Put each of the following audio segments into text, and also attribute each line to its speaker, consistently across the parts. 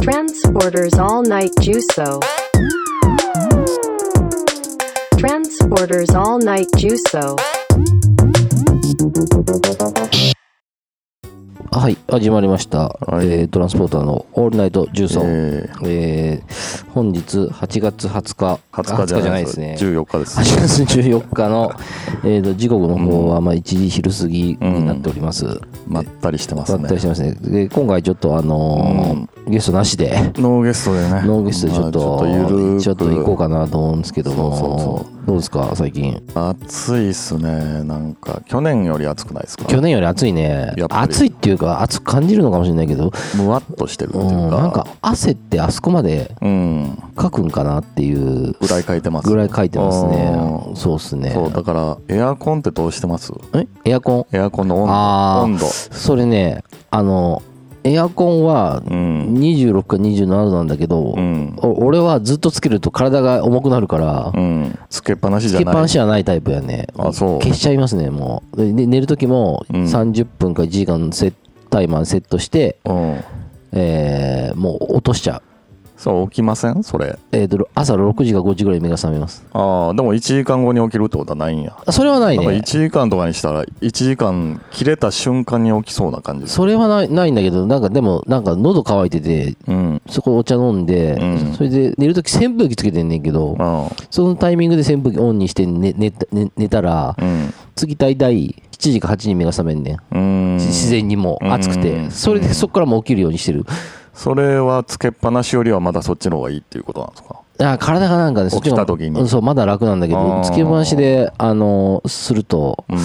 Speaker 1: Transporters All Night Juso. Transporters All Night Juso.
Speaker 2: はい、始まりました。えートランスポーターのオールナイト重曹。
Speaker 3: え
Speaker 2: えー本日8月20日。
Speaker 3: 20日じゃ
Speaker 2: あ
Speaker 3: ない
Speaker 2: ですね。8
Speaker 3: 14日です。
Speaker 2: 月14日の、えーと、時刻の方は、まあ、1時昼過ぎになっております。
Speaker 3: まったりしてま
Speaker 2: だ
Speaker 3: す
Speaker 2: っ
Speaker 3: ね
Speaker 2: たり。してますね。で、今回ちょっとあのーゲストなしで、
Speaker 3: ノーゲストでね。
Speaker 2: ノーゲストでちょっ
Speaker 3: まあ
Speaker 2: と、ち
Speaker 3: ち
Speaker 2: ょ
Speaker 3: ょ
Speaker 2: っ
Speaker 3: っ
Speaker 2: と
Speaker 3: と
Speaker 2: 行
Speaker 3: ゆ
Speaker 2: こう
Speaker 3: る
Speaker 2: かなと思うんですけども、
Speaker 3: そうそう
Speaker 2: どうですか、最近。
Speaker 3: く暑いっすね。なんか、去年より暑くないですか
Speaker 2: 去年より暑いね
Speaker 3: やっ。ぱり
Speaker 2: 暑いっていうか、暑く感じるのかもしれないけど、
Speaker 3: むわっとしてるって
Speaker 2: う、
Speaker 3: いうんか。
Speaker 2: なんか汗ってあそこまで
Speaker 3: うん。
Speaker 2: 書くんかなっていう
Speaker 3: ぐらい書いてます。
Speaker 2: ぐらい書いてます
Speaker 3: う
Speaker 2: ね。
Speaker 3: ん
Speaker 2: そうっすね。
Speaker 3: そう、だから、エアコンってどうしてます
Speaker 2: えエアコン
Speaker 3: エアコンの
Speaker 2: あー
Speaker 3: 温度。温
Speaker 2: それね、あの、エアコンは
Speaker 3: 度。うん。
Speaker 2: 26か27なんだけど、
Speaker 3: うん。
Speaker 2: お俺はずっとつけると体が重くなるから、
Speaker 3: うん。つけっぱなし
Speaker 2: つけ
Speaker 3: じゃ
Speaker 2: っぱ
Speaker 3: な。
Speaker 2: ないしはないタイプやね。
Speaker 3: あそう
Speaker 2: 消しちゃいますね、もう。でで寝るときも
Speaker 3: うん
Speaker 2: 30分か1時間セタイマーセットして、
Speaker 3: うん。
Speaker 2: えーもう落としちゃう。
Speaker 3: そう、起きませんそれ。
Speaker 2: えーと朝6時か5時ぐらいに目が覚めます。
Speaker 3: ああ、でも1時間後に起きるってことはないんや。
Speaker 2: あそれはない
Speaker 3: なんか
Speaker 2: ね
Speaker 3: 1。時間とかにしたら、1時間切れた瞬間に起きそうな感じです。
Speaker 2: それはないないんだけど、なんかでも、なんか喉乾いてて、
Speaker 3: うん。
Speaker 2: そこお茶飲んで、
Speaker 3: うん
Speaker 2: それで寝るとき扇風機つけてんねんけど、
Speaker 3: うん。
Speaker 2: そのタイミングで扇風機オンにして寝寝た寝寝たら、
Speaker 3: うん。
Speaker 2: 次大体7時か8時に目が覚めんねん。
Speaker 3: うん。
Speaker 2: 自然にもう暑く
Speaker 3: う
Speaker 2: て、
Speaker 3: ん
Speaker 2: それでそこからもう起きるようにしてる。
Speaker 3: それはつけっぱなしよりはまだそっちの方がいいっていうことなんですか
Speaker 2: あ体がなんかね、そっちの方が
Speaker 3: 起きた時に
Speaker 2: うんそう、まだ楽なんだけど
Speaker 3: あ、ー
Speaker 2: つけっぱなしで、あのすると、
Speaker 3: うん。
Speaker 2: まあ、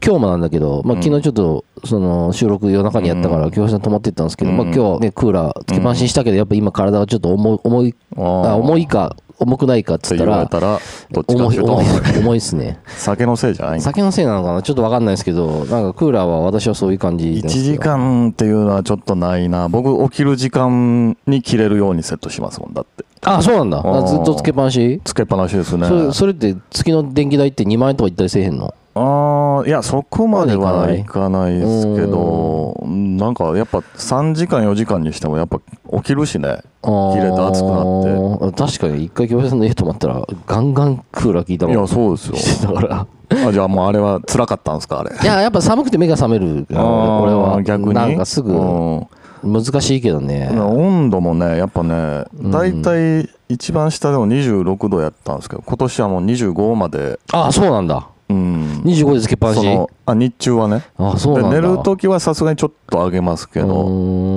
Speaker 2: 今日もなんだけど、まあ、昨日ちょっと、その収録夜中にやったから、教室に泊まってったんですけど、まあ、
Speaker 3: うん
Speaker 2: 今日ね、クーラーつけっぱなしにしたけど、やっぱ今体がちょっと重い、重い、あ
Speaker 3: っ
Speaker 2: 重いか、重くないかっつ
Speaker 3: て
Speaker 2: った
Speaker 3: 言われ
Speaker 2: ら、
Speaker 3: たら、どっちかっ
Speaker 2: 重
Speaker 3: て
Speaker 2: い、
Speaker 3: いうと
Speaker 2: 重い、、重いです ね。
Speaker 3: 酒のせいじゃないんだ。
Speaker 2: 酒のせいなのかなちょっとわかんないですけど、なんかクーラーは私はそういう感じ
Speaker 3: 1
Speaker 2: ですよ
Speaker 3: 時間っていうのはちょっとないな。僕、起きる時間に切れるようにセットしますもんだって。
Speaker 2: あ、そうなんだ。
Speaker 3: ー
Speaker 2: ずっとつけっぱなし
Speaker 3: つけっぱなしですね。
Speaker 2: それそれって月の電気代って2万円とかいったりせえへんの
Speaker 3: ああ、いや、そこまではないかないですけど、なんかやっぱ3時間、4時間にしても、やっぱ起きるしね。切れて熱くな
Speaker 2: って確かに一回京平さんの家泊まったらガンガンクーラー効いた
Speaker 3: い
Speaker 2: も
Speaker 3: や、
Speaker 2: ん
Speaker 3: そうですよ。
Speaker 2: して たから
Speaker 3: あじゃあもうあれは辛かったんですか、あれ。
Speaker 2: いややっぱ寒くて目が覚める俺
Speaker 3: あー
Speaker 2: は
Speaker 3: 逆に。
Speaker 2: なんかすぐ
Speaker 3: うん
Speaker 2: 難しいけどね
Speaker 3: 温度もね、やっぱね、大体一番下でも26度やったんですけど、今年はもう25まで、
Speaker 2: ああそうなんだ
Speaker 3: うん、
Speaker 2: 25でつけっぱな
Speaker 3: そ
Speaker 2: し
Speaker 3: のあ日中はね、
Speaker 2: ああそうなんだ
Speaker 3: で寝るときはさすがにちょっと上げますけ
Speaker 2: う
Speaker 3: ど、
Speaker 2: ー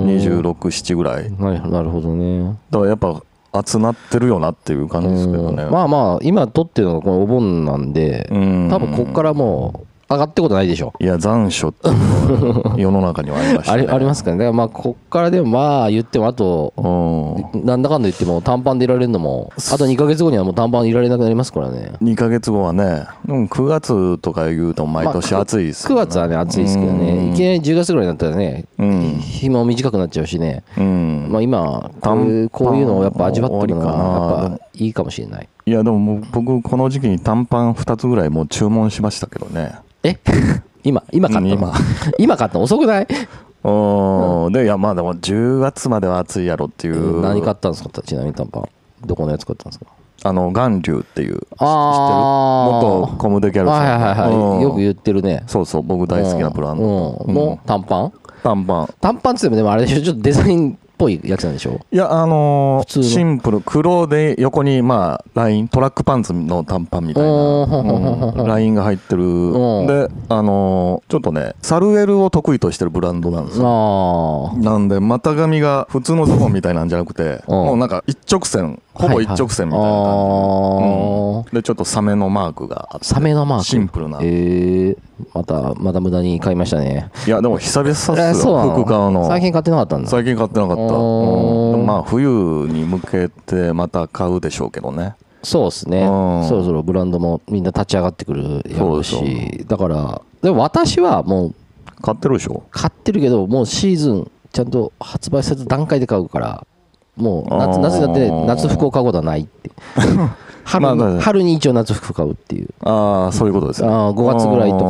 Speaker 2: ん
Speaker 3: 26、7ぐらい、だ
Speaker 2: はいなるほどね
Speaker 3: からやっぱ暑なってるよなっていう感じですけどね
Speaker 2: う。んまあまあ今撮ってるのがこのお盆なんで
Speaker 3: うん
Speaker 2: 多分こっからもう上がってことないでしょ
Speaker 3: いや、残暑っていうのは世の中にはありました
Speaker 2: あ
Speaker 3: ね。
Speaker 2: りありますからねだからまあこっからでもまあ言ってもあと
Speaker 3: うん
Speaker 2: なんだかんだ言っても短パンでいられるのも、あと2ヶ月後にはもう短パンいられなくなりますからね。
Speaker 3: 2ヶ月後はね、でも9月とか言うと毎年暑いです
Speaker 2: 9
Speaker 3: よね、
Speaker 2: 月はね、暑いですけど
Speaker 3: う
Speaker 2: ね。
Speaker 3: ん
Speaker 2: いきなり10月ぐらいになったらね、
Speaker 3: うん
Speaker 2: 日も短くなっちゃうしね。
Speaker 3: うん
Speaker 2: まあ今、こ
Speaker 3: 短
Speaker 2: う
Speaker 3: パ
Speaker 2: いう
Speaker 3: ン
Speaker 2: こういうのをやっぱ味わってるのが、や
Speaker 3: 終わりかな
Speaker 2: っぱいいかもしれない。
Speaker 3: いやでももう僕この時期に短パン2つぐらいもう注文しましたけどね
Speaker 2: え 今、今買った
Speaker 3: うん
Speaker 2: の
Speaker 3: 今
Speaker 2: 今買ったの遅くない
Speaker 3: おーでいやまあでも10月までは暑いやろっていう
Speaker 2: 何買ったんですかちなみに短パン。どこのやつ買ったんですか
Speaker 3: あの巌流っていう
Speaker 2: あー
Speaker 3: 元コムデギャル
Speaker 2: はい
Speaker 3: さん
Speaker 2: はいはいは
Speaker 3: うん
Speaker 2: い。よく言ってるね。
Speaker 3: そうそう僕大好きなブランド、
Speaker 2: うんうんの短パン
Speaker 3: 短パン
Speaker 2: 短パンっつってもでもあれでしょちょっとデザインっぽいやつなんでしょ
Speaker 3: いやあのー
Speaker 2: 普通の
Speaker 3: シンプル黒で横にまあライントラックパンツの短パンみたいな、
Speaker 2: おー
Speaker 3: うんラインが入ってる
Speaker 2: ん
Speaker 3: であのーちょっとねサルエルを得意としてるブランドなんですよ
Speaker 2: ああ。
Speaker 3: なんで、股上が普通のズボンみたいなんじゃなくて、
Speaker 2: うん
Speaker 3: もうなんか一直線、ほぼ一直線みたいな
Speaker 2: は
Speaker 3: 感
Speaker 2: いはいあー
Speaker 3: じ。で、ちょっとサメのマークがあって。
Speaker 2: サメのマーク。
Speaker 3: シンプルな。
Speaker 2: ええまた、また無駄に買いましたね。
Speaker 3: いや、でも久々っす
Speaker 2: えーそうな
Speaker 3: よ、
Speaker 2: の
Speaker 3: 服買うの。
Speaker 2: 最近買ってなかったんだ。
Speaker 3: 最近買ってなかった。うん
Speaker 2: おー
Speaker 3: でもまあ、冬に向けてまた買うでしょうけどね。
Speaker 2: そうですね。
Speaker 3: うん
Speaker 2: そろそろブランドもみんな立ち上がってくるやろう
Speaker 3: そうで
Speaker 2: し。だから、でも私はもう
Speaker 3: 買ってるでしょ
Speaker 2: 買ってるけど、もうシーズンちゃんと発売された段階で買うから、もう
Speaker 3: あ
Speaker 2: 夏、
Speaker 3: ー
Speaker 2: 夏だって夏服を買うことはないって。春に
Speaker 3: まあまあ
Speaker 2: 春に一応夏服買うっていう。
Speaker 3: ああ、そういうことですね。
Speaker 2: あー5月ぐらいとか
Speaker 3: う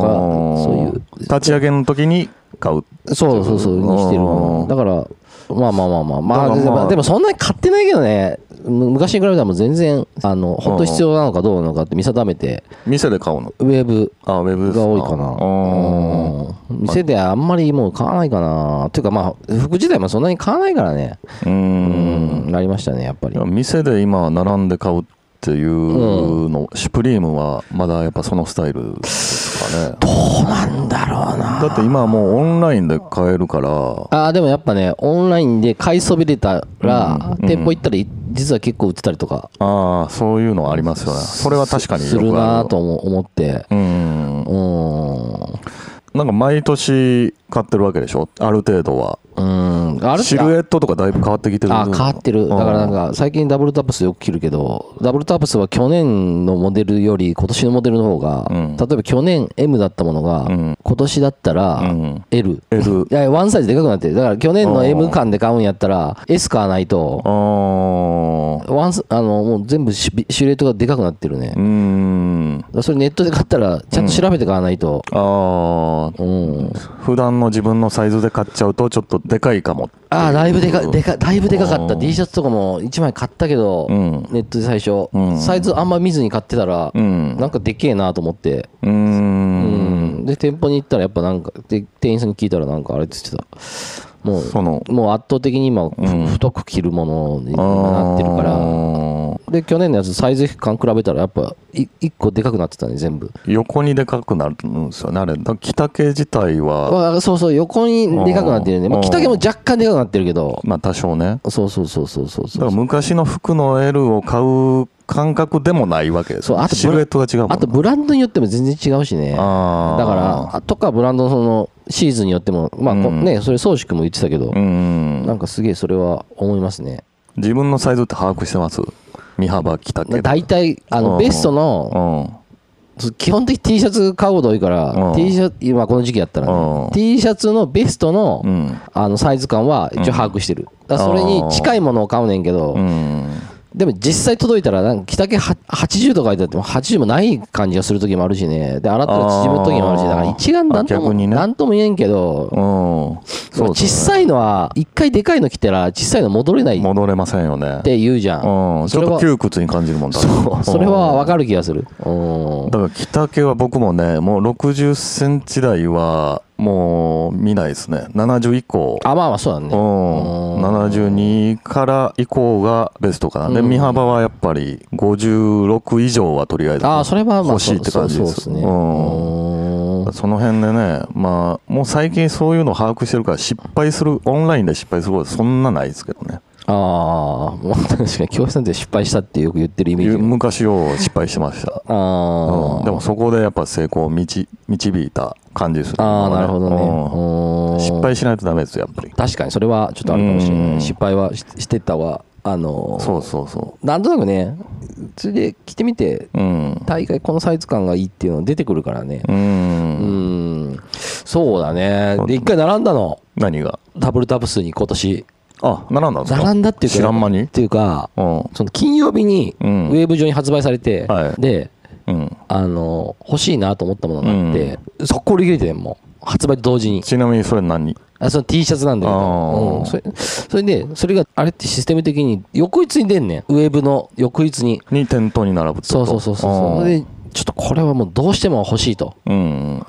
Speaker 3: ん
Speaker 2: そういう
Speaker 3: 立ち上げの時に買う。
Speaker 2: そうそうそう、にしてる
Speaker 3: う
Speaker 2: の。
Speaker 3: ん
Speaker 2: だから、まあまあまあまあ、ま
Speaker 3: だ
Speaker 2: あ
Speaker 3: から
Speaker 2: でも、
Speaker 3: まあ
Speaker 2: でもそんなに買ってないけどね、む昔に比べたらもう全然、あの、本当必要なのかどうなのかって見定めて、
Speaker 3: 店で買うの
Speaker 2: ウェブ
Speaker 3: あウェブです
Speaker 2: が多いかな。
Speaker 3: うん
Speaker 2: うん店であんまりもう買わないかな。っていうかまあ、服自体もそんなに買わないからね。う
Speaker 3: う
Speaker 2: んん、なりましたね、やっぱり
Speaker 3: いや。店で今並んで買うっていうの、シュプリームはまだやっぱそのスタイルですかね
Speaker 2: なんだろうな。
Speaker 3: だって今はもうオンラインで買えるから
Speaker 2: あーでもやっぱね、オンラインで買いそびれたら、
Speaker 3: うん
Speaker 2: 店舗行ったら、実は結構売ってたりとか、
Speaker 3: ああそういうのはありますよねそれは確かによく
Speaker 2: す
Speaker 3: ある
Speaker 2: るなと思思って。
Speaker 3: うん
Speaker 2: うーん。
Speaker 3: なんか毎年買ってるわけでしょある程度は
Speaker 2: うん。ある
Speaker 3: シルエットとかだいぶ変わってきてる
Speaker 2: あ、変わってる。だからなんか、最近ダブルタップスよく着るけど、ダブルタップスは去年のモデルより今年のモデルの方が、
Speaker 3: うん
Speaker 2: 例えば去年 M だったものが、
Speaker 3: うん
Speaker 2: 今年だった
Speaker 3: う
Speaker 2: ら
Speaker 3: ん
Speaker 2: L。
Speaker 3: L
Speaker 2: いや、ワンサイズでかくなってる。だから去年
Speaker 3: あ
Speaker 2: の
Speaker 3: ー
Speaker 2: M 感で買うんやったら、S 買わないと
Speaker 3: あ、ー
Speaker 2: ワンスあの、もう全部シビシルエットがでかくなってるね。だ
Speaker 3: う
Speaker 2: か
Speaker 3: ん
Speaker 2: らそれネットで買ったら、ちゃんと調べて買わないと。
Speaker 3: ああ
Speaker 2: うん。
Speaker 3: 普段の自分のサイズで買っちゃうとちょっとでかいかも
Speaker 2: ああ、だいぶでか、でか、だいぶでかかっ
Speaker 3: う
Speaker 2: た。
Speaker 3: ん
Speaker 2: T シャツとかも1枚買ったけど、
Speaker 3: うん
Speaker 2: ネットで最初、
Speaker 3: うん
Speaker 2: サイズあんま見ずに買ってたら、
Speaker 3: うん
Speaker 2: なんかでっけえなと思って、
Speaker 3: うーん
Speaker 2: うんで店舗に行ったらやっぱなんかで店員さんに聞いたらなんかあれって言ってたもう
Speaker 3: その
Speaker 2: もう圧倒的に今、ふ
Speaker 3: うん
Speaker 2: 太く着るものに
Speaker 3: あー
Speaker 2: なってるからで去年のやつサイズ感比べたらやっぱい一個でかくなってたね全部
Speaker 3: 横にでかくなるんですよねあれだから着丈自体は
Speaker 2: わそうそう横にでかくなってるね、まあ、
Speaker 3: うん
Speaker 2: 着丈も若干でかくなってるけど
Speaker 3: まあ多少ね
Speaker 2: そうそうそうそうそう
Speaker 3: だか
Speaker 2: そ
Speaker 3: ら
Speaker 2: う
Speaker 3: 昔の服の L を買う感覚でもないわけです
Speaker 2: そうあとブラ
Speaker 3: シルエットが違うもん
Speaker 2: あとブランドによっても全然違うしね
Speaker 3: あー
Speaker 2: だからあとかブランドのそのシーズンによってもまあこ、
Speaker 3: うん
Speaker 2: ねそれ宗君も言ってたけど、
Speaker 3: うん
Speaker 2: なんかすげえそれは思いますね
Speaker 3: 自分のサイズって把握してます身幅着丈
Speaker 2: だ大体あ
Speaker 3: う
Speaker 2: の
Speaker 3: ん
Speaker 2: ベスト
Speaker 3: う
Speaker 2: の
Speaker 3: ん
Speaker 2: 基本的に T シャツ買うこと多いから
Speaker 3: うん
Speaker 2: T シャツ今この時期やったら
Speaker 3: う
Speaker 2: ね
Speaker 3: ん
Speaker 2: T シャツのベストの
Speaker 3: うん
Speaker 2: あのサイズ感は一応把握してるだからそれに近いものを買うねんけ
Speaker 3: う
Speaker 2: ど
Speaker 3: ん
Speaker 2: でも実際届いたらなんか着丈は80とか書いてあっても80もない感じがする時もあるしねで洗ったら縮む時もあるしだから一眼なんとも
Speaker 3: 逆にね
Speaker 2: なんとも言えんけど
Speaker 3: うんそう
Speaker 2: 小さいのは一回でかいの着たら小さいの戻れないっ
Speaker 3: 戻れませんよね
Speaker 2: て言うじゃん
Speaker 3: うんち
Speaker 2: そ
Speaker 3: ょっ
Speaker 2: れ
Speaker 3: と
Speaker 2: は
Speaker 3: 窮屈に感じるもんだそう
Speaker 2: それは分かる気がするうん
Speaker 3: だから着丈は僕もねもう60センチ台はもう見ないですね70以降
Speaker 2: あまあまあそうだ
Speaker 3: う
Speaker 2: ね
Speaker 3: ん、72から以降がベストかな、で
Speaker 2: うん
Speaker 3: 身幅はやっぱり56以上はとりあえず
Speaker 2: ああそれはまあ
Speaker 3: 欲しいって感じです
Speaker 2: そうそうそうですね
Speaker 3: うん
Speaker 2: うーん
Speaker 3: その辺でね、まあ、もう最近そういうの把握してるから、失敗する、オンラインで失敗することはそんなないですけどね。
Speaker 2: ああ、まあ確かに教室なんて失敗したってよく言ってるイメージが。
Speaker 3: 昔を失敗してました。
Speaker 2: ああ、
Speaker 3: うんでもそこでやっぱ成功を導導いた感じですね
Speaker 2: ああ、なるほどね
Speaker 3: うん
Speaker 2: うーん。
Speaker 3: 失敗しないとダメですよ、やっぱり。
Speaker 2: 確かにそれはちょっとあるかもしれな
Speaker 3: う
Speaker 2: い。
Speaker 3: ん
Speaker 2: 失敗はししてたわ。あの
Speaker 3: そうそうそ
Speaker 2: なんとなくね、それで着てみて、
Speaker 3: う。うん。
Speaker 2: 大概このサイズ感がいいっていうの出てくるからね。
Speaker 3: う。
Speaker 2: うんん、そうだね
Speaker 3: そ。う
Speaker 2: で、一回並んだの。
Speaker 3: 何が
Speaker 2: ダブルダブスに今年。
Speaker 3: あ、並んだんですか
Speaker 2: 並んだっていうか、
Speaker 3: 知らん間に
Speaker 2: っていうか、
Speaker 3: うん。
Speaker 2: その金曜日にウ
Speaker 3: うん
Speaker 2: ェブ上に発売されて、
Speaker 3: はい
Speaker 2: で、
Speaker 3: うん。
Speaker 2: あの、欲しいなと思ったものがあって、速攻売り切れてんもう発売と同時に。
Speaker 3: ちなみにそれ何
Speaker 2: あその T シャツなんだけ
Speaker 3: あ
Speaker 2: ど
Speaker 3: ー、
Speaker 2: うんそれそれで、それがあれってシステム的に翌日に出んねん。ウェブの翌日に。
Speaker 3: に店頭に並ぶって
Speaker 2: そ
Speaker 3: こ
Speaker 2: うそ
Speaker 3: と
Speaker 2: うそうそう。それで、ちょっとこれはもうどうしても欲しいと。
Speaker 3: うん。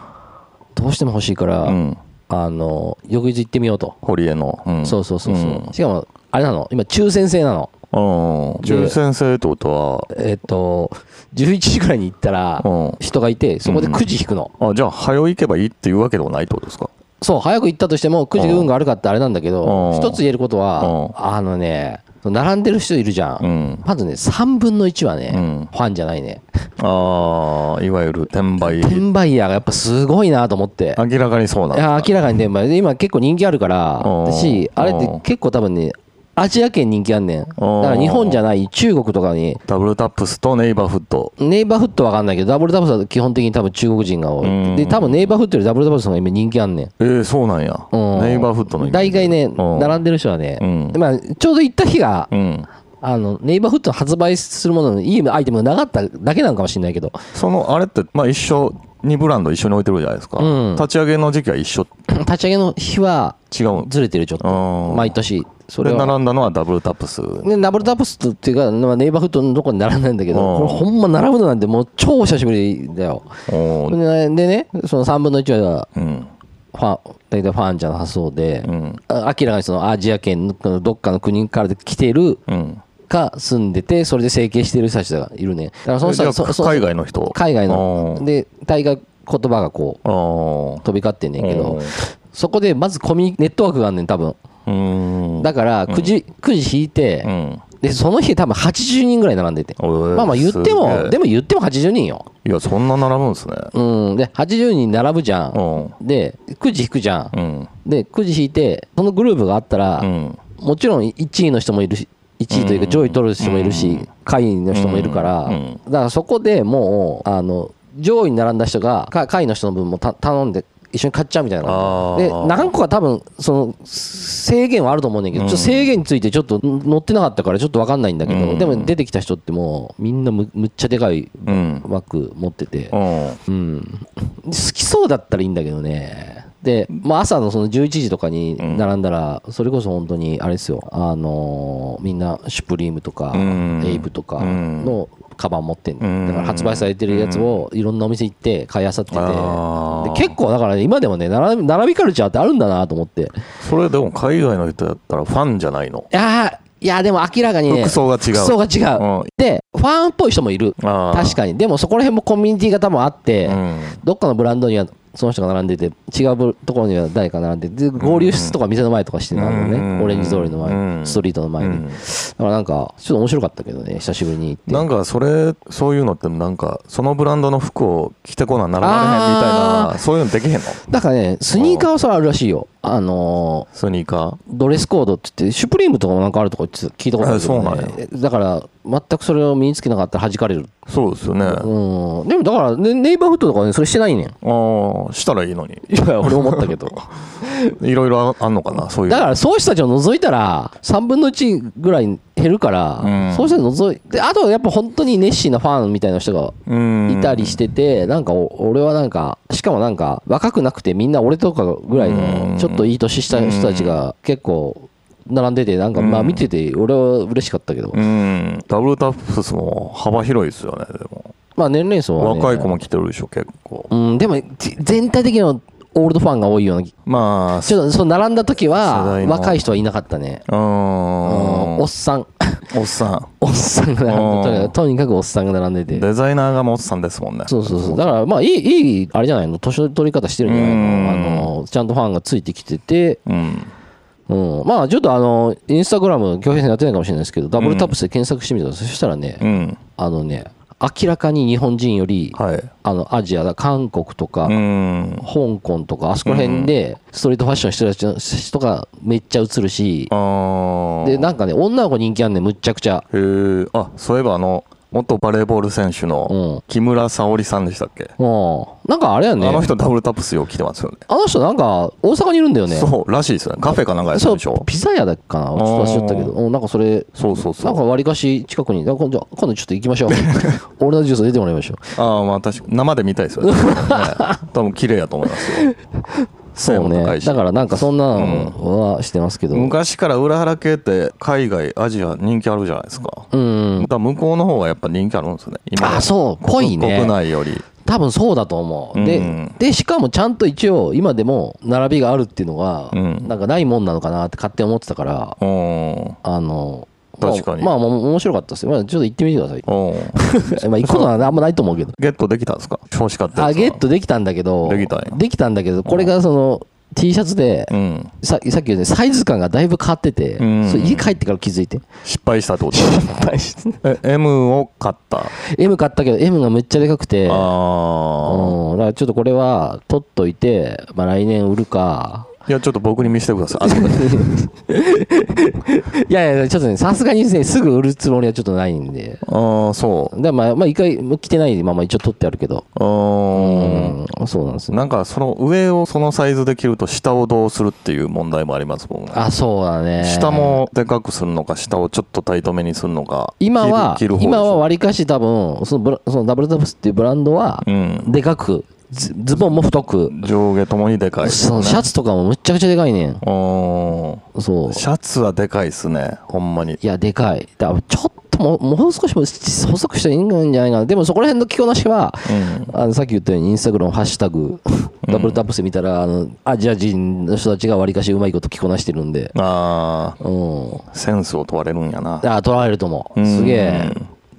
Speaker 2: どうしても欲しいから、
Speaker 3: うん。
Speaker 2: あの、翌日行ってみようと。
Speaker 3: 堀江の。うん
Speaker 2: そうそうそうそう。
Speaker 3: ん
Speaker 2: しかも、あれなの今、抽選制なの。
Speaker 3: うん。抽選制ってことは、
Speaker 2: えっ、と、11時ぐらいに行ったら
Speaker 3: うん、
Speaker 2: 人がいて、そこで9時引くの。
Speaker 3: あじゃあ、早行けばいいっていうわけではないってことですか
Speaker 2: そう、早く行ったとしても、9時運が悪かったらあれなんだけど、
Speaker 3: うん
Speaker 2: 一つ言えることは、
Speaker 3: う
Speaker 2: あのね、並んでる人いるじゃ。
Speaker 3: うんん。
Speaker 2: まずね、3分の1はね、
Speaker 3: うん
Speaker 2: ファンじゃないね。
Speaker 3: ああ、いわゆる転売。
Speaker 2: 転売ヤーがやっぱすごいなと思って。
Speaker 3: 明らかにそうなん
Speaker 2: い
Speaker 3: だ
Speaker 2: や、明らかに転売。で、今結構人気あるから、
Speaker 3: うん
Speaker 2: だし、あれって結構多分ね、アジア圏人気あんねん。だから日本じゃない中国とかに、
Speaker 3: ダブルタップスとネイバーフッド。
Speaker 2: ネイバーフットわかんないけど、ダブルダブルは基本的に多分中国人が多
Speaker 3: う
Speaker 2: い。
Speaker 3: ん
Speaker 2: で、多分ネイバーフットよりダブルダブルの方が今人気あんねん。
Speaker 3: ええそうなんや。
Speaker 2: うん
Speaker 3: ネイバーフッドのイメー
Speaker 2: 大
Speaker 3: ジ
Speaker 2: 概ね、
Speaker 3: うん
Speaker 2: 並んでる人はね、
Speaker 3: うん
Speaker 2: まあ、ちょうど行った日が、
Speaker 3: うん。
Speaker 2: あの、ネイバーフッドの発売するもののいいアイテムがなかっただけなのかもしれないけど、
Speaker 3: その、あれって、まあ一緒2ブランド一緒に置いてるじゃないですか、
Speaker 2: うん
Speaker 3: 立ち上げの時期は一緒
Speaker 2: 立ち上げの日は
Speaker 3: 違うん
Speaker 2: ずれてるちょっと
Speaker 3: うん
Speaker 2: 毎年そ
Speaker 3: そ
Speaker 2: れ
Speaker 3: れ
Speaker 2: は
Speaker 3: 並んだのはダブルタップス
Speaker 2: ねダブルタップスっていうか、まあ、ネイバーフットのとこに並んだんだけど
Speaker 3: うん
Speaker 2: これほんま並ぶのなんてもう超久しぶりだよ
Speaker 3: おー
Speaker 2: ででねその3分の1は
Speaker 3: うん
Speaker 2: ファン大体ファンじゃなさそうで
Speaker 3: うん
Speaker 2: あ明らかにそのアジア圏のどっかの国からで来てる
Speaker 3: うん
Speaker 2: か住んでてそれで整形してる人たちがいるねだからその人は
Speaker 3: じゃあ
Speaker 2: そそ
Speaker 3: 海外の人
Speaker 2: 海外
Speaker 3: あ
Speaker 2: の
Speaker 3: ー
Speaker 2: で大概言葉がこう
Speaker 3: あー
Speaker 2: 飛び交ってんねんけ
Speaker 3: う
Speaker 2: ど
Speaker 3: ん
Speaker 2: そこでまずコミュネットワークがあんねん多分
Speaker 3: うーん
Speaker 2: だからくじ、くじ引いて、
Speaker 3: うん
Speaker 2: でその日多分80人ぐらい並んでて、
Speaker 3: ま
Speaker 2: まあまあ言ってもでも言っても80人よ
Speaker 3: いやそんな並ぶんですね
Speaker 2: うんで80人並ぶじゃ、
Speaker 3: うんん
Speaker 2: でくじ引くじゃん、
Speaker 3: うん
Speaker 2: でくじ引いてそのグループがあったら、
Speaker 3: うん
Speaker 2: もちろん1位の人もいるし1位というか上位取る人もいるし、下位の人もいるから、
Speaker 3: うん
Speaker 2: だからそこでもうあの上位に並んだ人がか下位の人の分もた頼んで一緒に買っちゃうみたいな
Speaker 3: あー
Speaker 2: で何個か多分その制限はあると思うんだけど、
Speaker 3: うん
Speaker 2: ちょっと制限についてちょっと乗ってなかったからちょっと分かんないんだけど、
Speaker 3: うん
Speaker 2: でもね出てきた人ってもうみんなむむっちゃでかい
Speaker 3: うん
Speaker 2: バッグ持ってて、
Speaker 3: うん
Speaker 2: うん、好きそうだったらいいんだけどね。で、まあ、朝のその11時とかに並んだら、それこそ本当にあれですよ、あのーみんな、シュプリームとか、
Speaker 3: うん
Speaker 2: エイブとかのカバン持ってんの
Speaker 3: うん
Speaker 2: だから発売されてるやつをいろんなお店行って買い漁ってて、で
Speaker 3: あー
Speaker 2: 結構だから今でもね、並び並びカルチャーってあるんだなと思って。
Speaker 3: それでも海外の人だったらファンじゃないの
Speaker 2: いやーいやでも明らかにね、
Speaker 3: 服装が違う
Speaker 2: 服装が違う。
Speaker 3: うん
Speaker 2: で、ファンっぽい人もいる。
Speaker 3: あー
Speaker 2: 確かに。でもそこら辺もコミュニティが多分あって、
Speaker 3: うん
Speaker 2: どっかのブランドにはその人が並んでて、違うブところには誰か並んでて、で合流室とか店の前とかして並んでる
Speaker 3: うん
Speaker 2: ね、オレンジ通りの
Speaker 3: う
Speaker 2: 前、
Speaker 3: ん
Speaker 2: ストリートの前
Speaker 3: う
Speaker 2: に。
Speaker 3: ん
Speaker 2: だからなんか、ちょっと面白かったけどね、久しぶりに行って。
Speaker 3: なんかそれそういうのってなんかそのブランドの服を着てこな並ばれへんみ
Speaker 2: あ
Speaker 3: たい
Speaker 2: ー
Speaker 3: なそういうのできへんの
Speaker 2: だからね、スニーカーはそれあるらしいよ。あのー
Speaker 3: スニーカ
Speaker 2: ドレスコードって言って、シュプリームとかもなんかあるとか言って聞いたことあるけど、
Speaker 3: あそうなん
Speaker 2: ね、だから、全くそれを身につけなかったら弾かれる。
Speaker 3: ーそうですよねあ
Speaker 2: うん。でもだから、ねネイバーフットとかね、それしてないねん。
Speaker 3: あしたらいいのに
Speaker 2: いや、俺思ったけ ど。
Speaker 3: いろいろあんのかなそういう
Speaker 2: だからそういう人たちを除いたら3分の1ぐらい減るから、
Speaker 3: うん
Speaker 2: そういう人たちを除いてあとはやっぱ本当に熱心なファンみたいな人が
Speaker 3: うん
Speaker 2: いたりしてて、なんかお俺はなんかしかもなんか若くなくてみんな俺とかぐらい
Speaker 3: うん
Speaker 2: のちょっといい年した人たちが結構並んでてなんかまあ
Speaker 3: うん
Speaker 2: 見てて俺は嬉しかったけど、
Speaker 3: うんダブルタップスも幅広いですよねでも
Speaker 2: まあ年齢層は、ね、
Speaker 3: 若い子も着てるでしょ結構
Speaker 2: うんでもち全体的にはオールドファンが多いようなち
Speaker 3: まあ
Speaker 2: ょっとその並んだ時
Speaker 3: 世
Speaker 2: は
Speaker 3: 代の
Speaker 2: 若い人はいなかったね
Speaker 3: うーん
Speaker 2: うんおっさん
Speaker 3: おっさん
Speaker 2: おっさんが並んで
Speaker 3: う
Speaker 2: と
Speaker 3: ん
Speaker 2: とにかくおっさんが並んでて。
Speaker 3: デザイナーがもうおっさんですもんね
Speaker 2: そうそうそう。だから、まあ、いい、いい、あれじゃないの年の取り方してるんじゃないのあ
Speaker 3: うん
Speaker 2: の、ちゃんとファンがついてきてて、
Speaker 3: うん
Speaker 2: うん。まあ、ちょっとあの、インスタグラム、京平さんやってないかもしれないですけど、ダブルタップスで検索してみたら、そしたらね、
Speaker 3: うん
Speaker 2: あのね、明らかに日本人より、
Speaker 3: はい
Speaker 2: あの、アジアだ、韓国とか、
Speaker 3: うん
Speaker 2: 香港とか、あそこら辺で、ストリートファッションしてる人たちの人がめっちゃ映るし、
Speaker 3: あー
Speaker 2: で、なんかね、女の子人気あんねんむっちゃくちゃ。
Speaker 3: へーあそういえばあの元バレーボール選手
Speaker 2: うん
Speaker 3: の木村沙織さんでしたっけ、
Speaker 2: うん。なんかあれやね。
Speaker 3: あの人ダブルタップスよう着てますよね
Speaker 2: あの人なんか大阪にいるんだよね。
Speaker 3: そうらしいですねカフェかなんかやってる
Speaker 2: そ
Speaker 3: でしょ
Speaker 2: う、ピザ屋だっけかなちょっと忘れちゃったけど、
Speaker 3: あ
Speaker 2: うんなんかそれ、
Speaker 3: そうそうそ
Speaker 2: なん
Speaker 3: う
Speaker 2: かわりかし近くに、なんか今度今度ちょっと行きましょう。俺のジュース出てもらいましょ
Speaker 3: ああまあ確かに生で見たいで すよねね多分綺麗やと思いますよ
Speaker 2: う。
Speaker 3: 背も高いし
Speaker 2: だからなんかそんなのはしてますけど。うん。
Speaker 3: 昔から裏腹系って海外アジア人気あるじゃないですか、だから向こうの方がやっぱ人気あるんですね今
Speaker 2: あ、そう、ぽいね
Speaker 3: 国。内より
Speaker 2: 多分そうだと思う。
Speaker 3: う
Speaker 2: で
Speaker 3: ん、
Speaker 2: で、しかもちゃんと一応、今でも並びがあるっていうのが、
Speaker 3: うん
Speaker 2: なんかないもんなのかなって勝手に思ってたから、
Speaker 3: うん
Speaker 2: あの、
Speaker 3: 確かに
Speaker 2: まあ、まあ面白かったですよ。まあ、ちょっと行ってみてくださ い。
Speaker 3: うん
Speaker 2: まあ、行くことはあんまないと思うけど。
Speaker 3: ゲットできたんですか欲しかった
Speaker 2: あ
Speaker 3: やつは
Speaker 2: ゲットできたんだけど、
Speaker 3: できたんや
Speaker 2: んだけど、これがその T シャツで、
Speaker 3: うん
Speaker 2: ささっき言ったようにサイズ感がだいぶ変わってて、
Speaker 3: うん
Speaker 2: それ家帰ってから気づいて、
Speaker 3: 失敗したってこと え M を買ったあ
Speaker 2: M 買ったけど、M がめっちゃでかくて、
Speaker 3: あ
Speaker 2: うん、だからちょっとこれは取っといて、まあ、来年売るか、
Speaker 3: いやちょっと僕に見せてください後で
Speaker 2: いやいや、ちょっとね、さすがにね、すぐ売るつもりはちょっとないんで、
Speaker 3: ああそ
Speaker 2: でまあ、まあ、一回、着てないまま一応取ってあるけど、
Speaker 3: ううん
Speaker 2: うん、そうなんですね。
Speaker 3: なんかその上をそのサイズで着ると下をどうするっていう問題もありますもんね
Speaker 2: あ、そうだね。
Speaker 3: 下もでかくするのか下をちょっとタイトめにするのか
Speaker 2: 今は、
Speaker 3: 着る着る方でし
Speaker 2: 今は
Speaker 3: ょ
Speaker 2: 割りかし多分そのブラそのダブルダブスっていうブランドは
Speaker 3: うん
Speaker 2: でかくズズボンも太く。
Speaker 3: 上下ともにでかい、ね。
Speaker 2: そう、シャツとかもむっちゃくちゃでかいねん。
Speaker 3: お
Speaker 2: そう。
Speaker 3: シャツはでかいっすね、ほんまに。
Speaker 2: いや、でかい。だからちょっとも、もう少しも細くしたらいいんじゃないかな。でもそこら辺の着こなしは、
Speaker 3: うん
Speaker 2: あのさっき言ったようにインスタグラムハッシュタグ、ダブルタップしてみたら、あの、アジア人の人たちがわりかしうまいこと着こなしてるんで。
Speaker 3: あ
Speaker 2: うん。
Speaker 3: あ、センスを問われるんやな。
Speaker 2: あ取られると思
Speaker 3: う
Speaker 2: う。
Speaker 3: ん
Speaker 2: すげえ。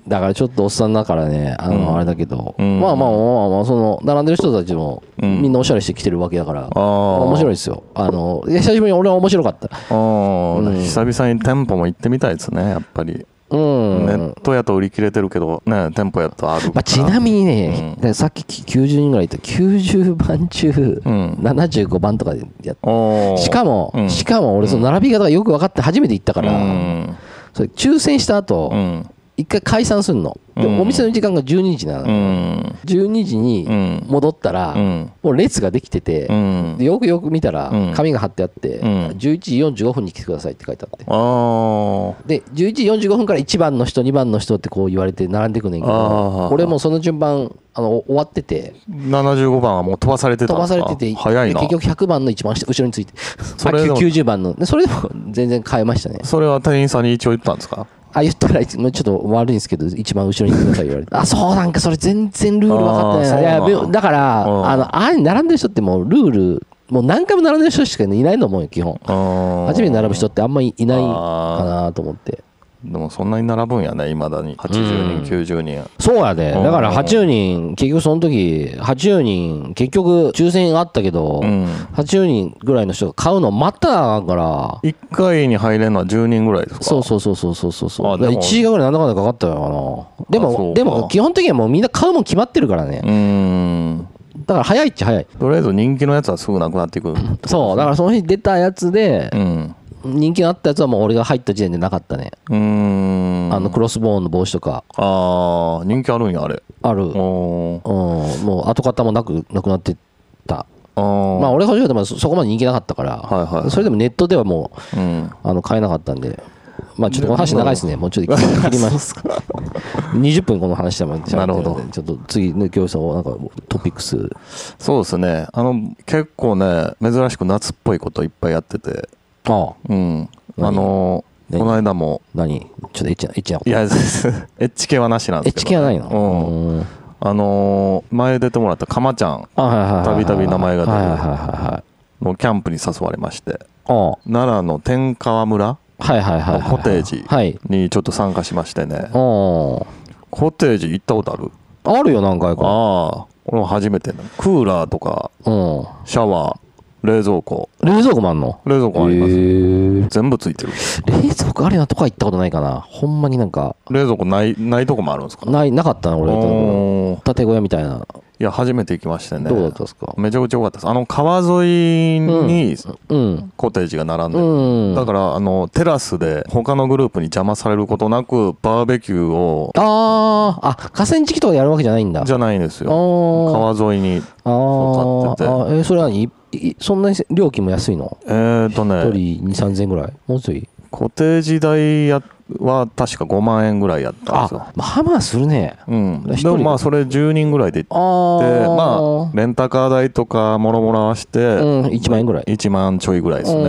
Speaker 2: だからちょっとおっさんだからね、あ
Speaker 3: うん
Speaker 2: の、あれだけど、
Speaker 3: うん
Speaker 2: まあまあまあまあまあ、その、並んでる人たちも、
Speaker 3: うん
Speaker 2: みんなおしゃれしてきてるわけだから、
Speaker 3: ああ、
Speaker 2: 面白いで
Speaker 3: い。
Speaker 2: すよ。あの、いや久しぶりに俺は面白かった。
Speaker 3: ああ、
Speaker 2: うん
Speaker 3: 久々に店舗も行ってみたいですね、やっぱり。
Speaker 2: うん。
Speaker 3: ネットやと売り切れてるけど、ね、店舗やとあるから。
Speaker 2: まあ、ちなみにね
Speaker 3: うん、
Speaker 2: でさっき90人ぐらいいた、90番中、
Speaker 3: うん
Speaker 2: 75番とかでやっ
Speaker 3: おー
Speaker 2: しかも、
Speaker 3: うん
Speaker 2: しかも俺、その並び方がよく分かって初めて行ったから、
Speaker 3: うん
Speaker 2: それ抽選した後、
Speaker 3: うん
Speaker 2: 一回解散すんの。で、
Speaker 3: うん
Speaker 2: お店の時間が12時なの。
Speaker 3: うん
Speaker 2: 12時に
Speaker 3: うん
Speaker 2: 戻ったら、
Speaker 3: うん
Speaker 2: もう列ができてて、
Speaker 3: うん
Speaker 2: でよくよく見たら
Speaker 3: うん、
Speaker 2: 紙が貼ってあって、
Speaker 3: ん
Speaker 2: 11時45分に来てくださいって書いてあって。
Speaker 3: あー
Speaker 2: で11時45分から1番の人2番の人ってこう言われて並んでくねんけ
Speaker 3: あ
Speaker 2: ど
Speaker 3: ー
Speaker 2: 俺もうその順番あの終わってて
Speaker 3: 75番はもう飛ばされて
Speaker 2: 飛
Speaker 3: たんで
Speaker 2: ば
Speaker 3: すか
Speaker 2: されてて
Speaker 3: 早いな
Speaker 2: で結局100番の一番後ろについて
Speaker 3: それで も
Speaker 2: あきゅ90番のでそれでも全然変えましたね
Speaker 3: それは店員さんに一応言ったんですか
Speaker 2: あ言ったらいつもちょっと悪いんですけど一番後ろに行ってください言われて あそうなんかそれ全然ルール分かってないな
Speaker 3: あーそう
Speaker 2: い
Speaker 3: な
Speaker 2: や
Speaker 3: んだ
Speaker 2: べだから
Speaker 3: うん
Speaker 2: あのああいう並んでる人ってもうルールもう何回も並んでる人しかいないと思うよ基本初
Speaker 3: 初
Speaker 2: めて並ぶ人ってあんまりいない
Speaker 3: あー
Speaker 2: かなと思って
Speaker 3: でもそんなに並ぶんやねいまだに80人90人
Speaker 2: そうやで、
Speaker 3: うん
Speaker 2: だから80人、結局その時80人、結局抽選あったけど、
Speaker 3: うん
Speaker 2: 80人ぐらいの人が買うの待ったらあかんから、
Speaker 3: 1回に入れるのは10人ぐらいですか
Speaker 2: そうそうそうそうそうそうそう、
Speaker 3: あ
Speaker 2: だか
Speaker 3: で
Speaker 2: ら
Speaker 3: も
Speaker 2: 1時間ぐらいなんだかんだかかったのかな、で
Speaker 3: あそう
Speaker 2: も、
Speaker 3: か
Speaker 2: でも基本的にはもうみんな買うもん決まってるからね、
Speaker 3: うーん
Speaker 2: だから早いっちゃ早い、
Speaker 3: とりあえず人気のやつはすぐなくなっていく
Speaker 2: そう、だからその日出たやつで
Speaker 3: う、ん
Speaker 2: 人気のあったやつはもう俺が入った時点でなかったね、
Speaker 3: うーん
Speaker 2: あのクロスボーンの帽子とか、
Speaker 3: あー人気あるんやあれ
Speaker 2: ある、うん、
Speaker 3: おー
Speaker 2: もう跡形もなくなくなってた。
Speaker 3: あー
Speaker 2: まあ俺が欲しかったのはそそこまで人気なかったから、
Speaker 3: はいはいはい
Speaker 2: それでもネットではもう
Speaker 3: うん
Speaker 2: あの買えなかったんで、まあちょっとこの話長いですね、もうちょっと切り切り ます。20分この話でも
Speaker 3: なるほど
Speaker 2: ちょっと次ね、今日さんなんかトピックス、
Speaker 3: そうですね。あの、結構ね、珍しく夏っぽいこといっぱいやってて、
Speaker 2: ああ、
Speaker 3: うん。
Speaker 2: 何
Speaker 3: あの、こ
Speaker 2: 何
Speaker 3: の間も、
Speaker 2: 何、ちょっとエッチな、エッチなこと。
Speaker 3: いや、 エッチ系はなしなん
Speaker 2: エ
Speaker 3: で
Speaker 2: ッチ
Speaker 3: すけど、
Speaker 2: 系はないの
Speaker 3: うん。
Speaker 2: うん。
Speaker 3: あのー、前出てもらったかまちゃん
Speaker 2: あはいはいはいはい
Speaker 3: たびたび名前が出る
Speaker 2: はいはいはいはい。
Speaker 3: のキャンプに誘われまして、
Speaker 2: ああ
Speaker 3: 奈良の天川村
Speaker 2: はいはいはいはい。
Speaker 3: コテージ
Speaker 2: はい。
Speaker 3: にちょっと参加しましてね、
Speaker 2: あ
Speaker 3: コテージ行ったことある
Speaker 2: あ。あるよ、何回か。
Speaker 3: ああ、俺も初めてね。クーラーとか、
Speaker 2: うん。
Speaker 3: シャワー、冷蔵庫、
Speaker 2: 冷蔵庫もあんの
Speaker 3: 冷蔵庫あります。
Speaker 2: へえ
Speaker 3: 全部ついてる。
Speaker 2: 冷蔵庫あるようなとこは行ったことないかな。ほんまになんか、
Speaker 3: 冷蔵庫ない、ないとこもあるんですか
Speaker 2: ない、なかったな、俺。
Speaker 3: おー
Speaker 2: 建小屋みたいな。
Speaker 3: いや、初めて行きましてね。
Speaker 2: どうだったですか
Speaker 3: めちゃくちゃ良かったです。あの川沿いに
Speaker 2: うん。
Speaker 3: コテージが並んでる、
Speaker 2: うん。
Speaker 3: だからあのテラスで他のグループに邪魔されることなくバーベキューを
Speaker 2: ああ、あ、河川敷とかやるわけじゃないんだ。
Speaker 3: じ
Speaker 2: ゃ
Speaker 3: ゃないんです
Speaker 2: あ
Speaker 3: よ。
Speaker 2: ー、
Speaker 3: 川沿いに
Speaker 2: あー
Speaker 3: そう立ってて
Speaker 2: あー、えー、それ何いいそんなに料金も安いの
Speaker 3: えー、と
Speaker 2: 一
Speaker 3: ね
Speaker 2: 人2、3000円ぐらいもうちょい
Speaker 3: コテージ代やは確か5万円ぐらいやったんですよ
Speaker 2: あ。、まあまあするね。
Speaker 3: うん、
Speaker 2: 一
Speaker 3: で
Speaker 2: 人
Speaker 3: もまあそれ10人ぐらいで行
Speaker 2: ああ。
Speaker 3: ってまあレンタカー代とかもろもろ合わせて
Speaker 2: うん、1万円ぐらい。
Speaker 3: 1万ちょいぐらいです
Speaker 2: う
Speaker 3: ね。うん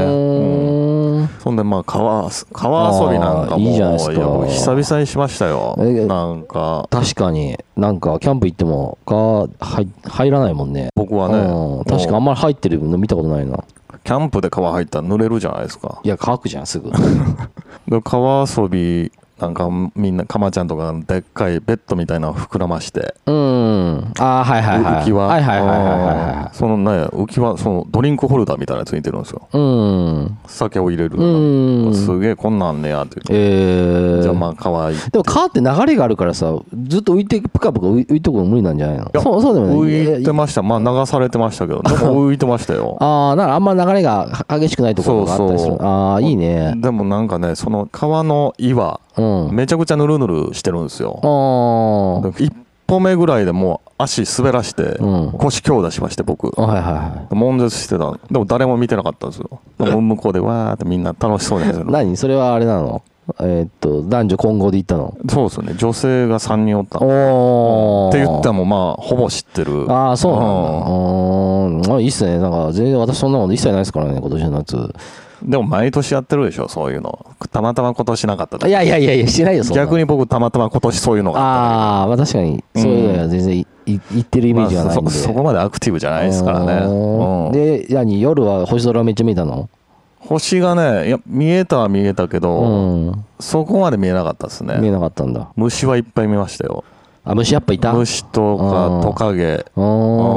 Speaker 2: ーん
Speaker 3: そんでまあ川川遊びなん
Speaker 2: あ
Speaker 3: かも
Speaker 2: ーいいじゃないですか
Speaker 3: や僕久々にしましたよ
Speaker 2: え
Speaker 3: なんか
Speaker 2: 確かに、なんか、キャンプ行っても、が入入らないもんね。
Speaker 3: 僕は
Speaker 2: うん
Speaker 3: ね
Speaker 2: 確かあん
Speaker 3: も
Speaker 2: まり入ってるの見たことないな。
Speaker 3: うキャンプで川入ったら濡れるじゃないですか
Speaker 2: いや、乾くじゃん、すぐ。
Speaker 3: で川遊びなんかみんなかまちゃんとかでっかいベッドみたいなのを膨らまして
Speaker 2: うん。ああ、はいはいはい。
Speaker 3: 浮き輪
Speaker 2: はいはいはいはいはい
Speaker 3: うん
Speaker 2: は
Speaker 3: そのね浮き輪そのドリンクホルダーみたいなのついてるんですよ
Speaker 2: い。うん。
Speaker 3: 酒を入れる
Speaker 2: うん
Speaker 3: すげえこんなんあんねやって
Speaker 2: えー、
Speaker 3: じゃあまあ川行って
Speaker 2: でも川って流れがあるからさ、ずっと浮いて、ぷかぷか浮い浮いとくの無理なんじゃないの
Speaker 3: や
Speaker 2: そうそうでもない
Speaker 3: 浮いてましたまあ流されてましたけ どでも浮いてましたよ
Speaker 2: ああ、だからあんま流れが激しくないところがあったりする。
Speaker 3: そうそう
Speaker 2: ああ、いいね。
Speaker 3: でもなんかねその川の岩
Speaker 2: うん。
Speaker 3: めちゃくちゃぬるぬるしてるんですよ。
Speaker 2: ああ。
Speaker 3: で一歩目ぐらいでもう足滑らして
Speaker 2: うん、
Speaker 3: 腰強打しまして、僕。
Speaker 2: あはいはいは
Speaker 3: 悶絶してた。でも誰も見てなかったんですよ。でも向こうでわーってみんな楽しそうにやって
Speaker 2: い。
Speaker 3: る。
Speaker 2: 何それはあれなのえーっと、男女混合で行ったの。
Speaker 3: そうですね女性が3人おった
Speaker 2: おー。
Speaker 3: って言ったもまあほぼ知ってる
Speaker 2: ああ、そうなんだ。うん。あいいっすね。なんか、全然私そんなこと一切ないですからね、今年の夏。
Speaker 3: うんでも毎年やってるでしょそういうのたまたま今年なかっただ
Speaker 2: い
Speaker 3: け
Speaker 2: やいやいやいや、してないよ、そんな
Speaker 3: 逆に僕たまたま今年そういうのがあっ
Speaker 2: ああ、まあ確かに、そういうのは全然いい行ってるイ
Speaker 3: た
Speaker 2: メ
Speaker 3: ま
Speaker 2: ージは
Speaker 3: あ
Speaker 2: ないん
Speaker 3: そ
Speaker 2: で。
Speaker 3: そこまでアクティブじゃないですから
Speaker 2: うん
Speaker 3: ね、うん、
Speaker 2: で、何夜は星空めっちゃ見たの
Speaker 3: 星がねいや見えたは見えたけ
Speaker 2: う
Speaker 3: ど、
Speaker 2: ん。
Speaker 3: そこまで見えなかったです
Speaker 2: 見え
Speaker 3: ね
Speaker 2: なかったんだ。
Speaker 3: 虫はいっぱい見ましたよ
Speaker 2: あ、虫やっぱいたう
Speaker 3: 虫と
Speaker 2: う
Speaker 3: か
Speaker 2: ん
Speaker 3: トカゲ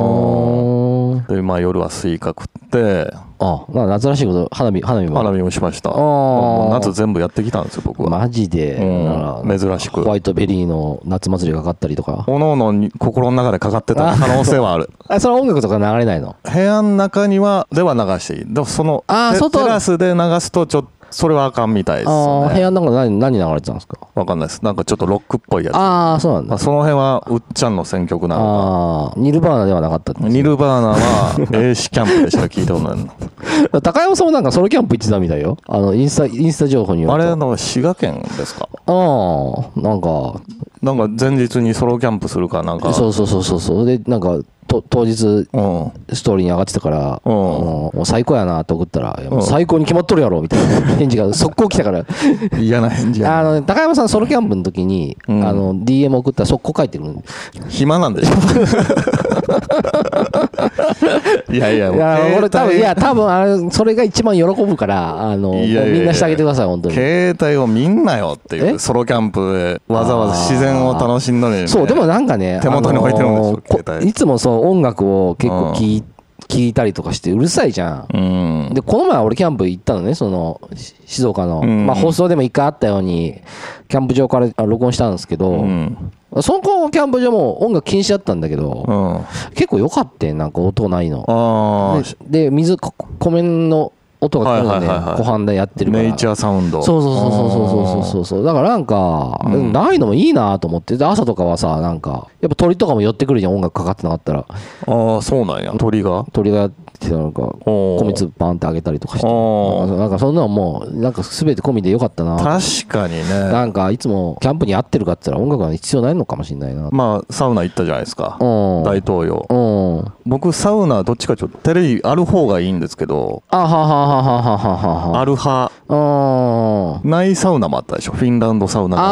Speaker 2: ーん。
Speaker 3: でまあ夜はスイカ食って
Speaker 2: あ、なんか夏らしいこと、花火、花火も。
Speaker 3: 花見もしました
Speaker 2: あー
Speaker 3: もう夏全部やってきたんですよ僕は、
Speaker 2: マジで、
Speaker 3: うん
Speaker 2: なら
Speaker 3: 珍しく
Speaker 2: ホワイトベリーの夏祭りがかかったりとか。
Speaker 3: おのおのに心の中でかかってた可能性はある
Speaker 2: あ、それは音楽とか流れないの
Speaker 3: 部屋の中にはでは流していいでもその
Speaker 2: あー
Speaker 3: テ
Speaker 2: 外
Speaker 3: テラスで流すとちょっとそれはあかんみたいです
Speaker 2: ああ、部
Speaker 3: ね
Speaker 2: 屋の中で何、何流れてたんですか
Speaker 3: わかんないですなんかちょっとロックっぽいやつ
Speaker 2: ああ、そうなん
Speaker 3: ま
Speaker 2: だ
Speaker 3: あ、。その辺はうっちゃんの選曲なの
Speaker 2: ああー、ニルバーナではなかったって
Speaker 3: かニルバーナは英詞キャンプでしか聞いたこと ないの
Speaker 2: 高山さんもなんかソロキャンプ行ってたみたいよ。あの、インスタ、インスタ情報によ
Speaker 3: あ
Speaker 2: ると。
Speaker 3: れの滋賀県ですか
Speaker 2: ああ、なんか、
Speaker 3: なんか前日にソロキャンプするかなんか
Speaker 2: そうそうそうそうそう。で、なんか、と当日、
Speaker 3: うんうん
Speaker 2: ストーリーに上がってたから、
Speaker 3: うん
Speaker 2: もう最高やなと送ったら、いやもううん最高に決まっとるやろみたいな返事が速攻来たから、
Speaker 3: 嫌な返事や
Speaker 2: あの高山さん、ソロキャンプの時に、
Speaker 3: うん
Speaker 2: あの DM 送ったら速攻書いてくるんで
Speaker 3: 暇なんでしょいやいや
Speaker 2: いや、俺、多分い
Speaker 3: 携
Speaker 2: や、多分あれそれが一番喜ぶから、あの
Speaker 3: いやいやいや
Speaker 2: みんなしてあげてください、本当
Speaker 3: 帯
Speaker 2: に。
Speaker 3: 携帯を見んなよってい
Speaker 2: え
Speaker 3: うソロキャンプでわざわざ自然を楽しんだのに
Speaker 2: そう、でもなんかね、
Speaker 3: 手元に置いてるんでしょ
Speaker 2: あのこ
Speaker 3: 携帯
Speaker 2: いつもそう音楽を結構聞い,、聞いたりとかして、うるさいじゃん。
Speaker 3: うん
Speaker 2: で、この前俺キャンプ行ったのね、その、し静岡の。
Speaker 3: うん
Speaker 2: まあ放送でも一回あったように、キャンプ場からあ録音したんですけど、
Speaker 3: うん
Speaker 2: そこのキャンプ場も音楽禁止だったんだけど、
Speaker 3: うんあ
Speaker 2: 結構良かったよなんか音ないの。
Speaker 3: あ
Speaker 2: で、で水、こ米の音が聞こえるのね、
Speaker 3: はいはいはいはい
Speaker 2: 湖畔でやってるから。
Speaker 3: ネイチャーサウンド
Speaker 2: そうそうそうそうそうそうそうそうだからなんか、
Speaker 3: うん
Speaker 2: うんないのもいいなと思ってで朝とかはさなんかやっぱ鳥とかも寄ってくるじゃん音楽かかってなかったら
Speaker 3: ああそうなんや鳥が
Speaker 2: 鳥がやってなんか米
Speaker 3: 米
Speaker 2: 粒バンってあげたりとかして
Speaker 3: おー
Speaker 2: なんかなんかそんなのもうなんか全て込みでよかったな
Speaker 3: 確かにね
Speaker 2: なんかいつもキャンプに合ってるかって言ったら音楽は必要ないのかもしれないな
Speaker 3: まあサウナ行ったじゃないですか
Speaker 2: うん
Speaker 3: 大統領
Speaker 2: うん
Speaker 3: 僕サウナどっちかちょっとテレビある方がいいんですけど
Speaker 2: あははははははは
Speaker 3: ある派
Speaker 2: はうん
Speaker 3: ないサウナもあったでしょフィンランドサウナが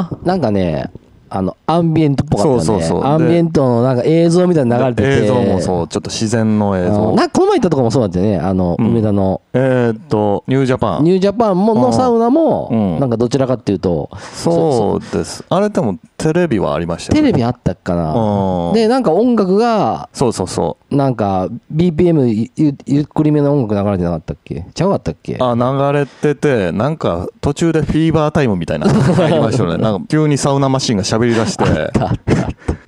Speaker 2: あーなんかねあのアンビエントっぽかったね
Speaker 3: そうそうそう
Speaker 2: アンビエントのなんか映像みたいなの流れてて
Speaker 3: 映像もそうちょっと自然の映
Speaker 2: あの
Speaker 3: 像
Speaker 2: なんかこの前行ったとこもそうだったよね、あの、
Speaker 3: うん
Speaker 2: 梅田の。
Speaker 3: えーっとニュージャパン
Speaker 2: ニュージャパンもの
Speaker 3: あ
Speaker 2: サウナ
Speaker 3: う
Speaker 2: も、
Speaker 3: ん
Speaker 2: なんかどちらかっていうと、
Speaker 3: そうですあれでもテレビはありました
Speaker 2: テ
Speaker 3: よね
Speaker 2: レビあったかな。
Speaker 3: うん
Speaker 2: で、なんか音楽が、
Speaker 3: そうそうそ
Speaker 2: なんか BPM ゆゆゆっくりめの音楽流れてなかったっけちゃうかったっけ
Speaker 3: うあ流れててなんか途中でフィーバータイムみたいなの がありましたよねなんか急にサウナマシンが喋り出して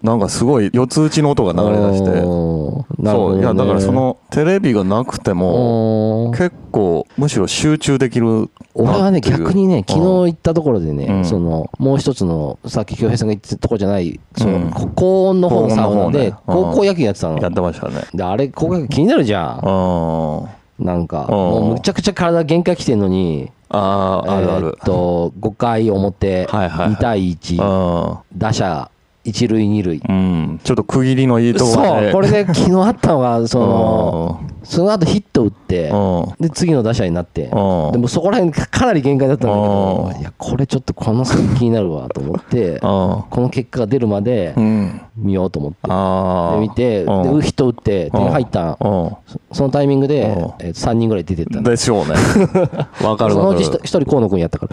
Speaker 3: なんかすごい四つ打ちの音が流れ出して
Speaker 2: おーなるほど、
Speaker 3: そう
Speaker 2: ね。
Speaker 3: いやだからそのテレビがなくても
Speaker 2: おー、
Speaker 3: 結構むしろ集中できる
Speaker 2: 俺はね、逆にね、昨日
Speaker 3: 日
Speaker 2: 行ったところでね、
Speaker 3: うん
Speaker 2: その、もう一つの、さっき京平さんが言ってたとこじゃない、その、
Speaker 3: うん
Speaker 2: こ高温の方のサウナで、
Speaker 3: 高温の方ねうん
Speaker 2: 高校野球やってたの。
Speaker 3: やってましたね
Speaker 2: で、あれ、高校野球気になるじゃん。
Speaker 3: うん
Speaker 2: なんか、
Speaker 3: うん
Speaker 2: もうむちゃくちゃ体限界来てんのに、
Speaker 3: あーあるあ
Speaker 2: えー
Speaker 3: る
Speaker 2: っと、5回表、
Speaker 3: はいはいはい
Speaker 2: 2対1、
Speaker 3: う
Speaker 2: 打者、一塁二塁。
Speaker 3: んうんちょっと区切りのいいところ
Speaker 2: そ
Speaker 3: で
Speaker 2: う、これで昨日あったのが、その、その後ヒット打って、
Speaker 3: うん
Speaker 2: で、次の打者になって、で
Speaker 3: うん
Speaker 2: もそこら辺かかなり限界だったんだけど、
Speaker 3: うん
Speaker 2: いや、これちょっとこの先気になるわと思って、
Speaker 3: う
Speaker 2: この結果が出るまで
Speaker 3: んうん
Speaker 2: 見ようと思って。
Speaker 3: あ
Speaker 2: で
Speaker 3: あ
Speaker 2: 見て、で、
Speaker 3: うん
Speaker 2: ヒット打って、点入ったん
Speaker 3: う
Speaker 2: そのタイミングで、
Speaker 3: うん
Speaker 2: え3人ぐらい出てった
Speaker 3: ん
Speaker 2: の
Speaker 3: でしょうねわかる
Speaker 2: その
Speaker 3: わ
Speaker 2: う
Speaker 3: か
Speaker 2: ち
Speaker 3: る
Speaker 2: 1人河野君やったか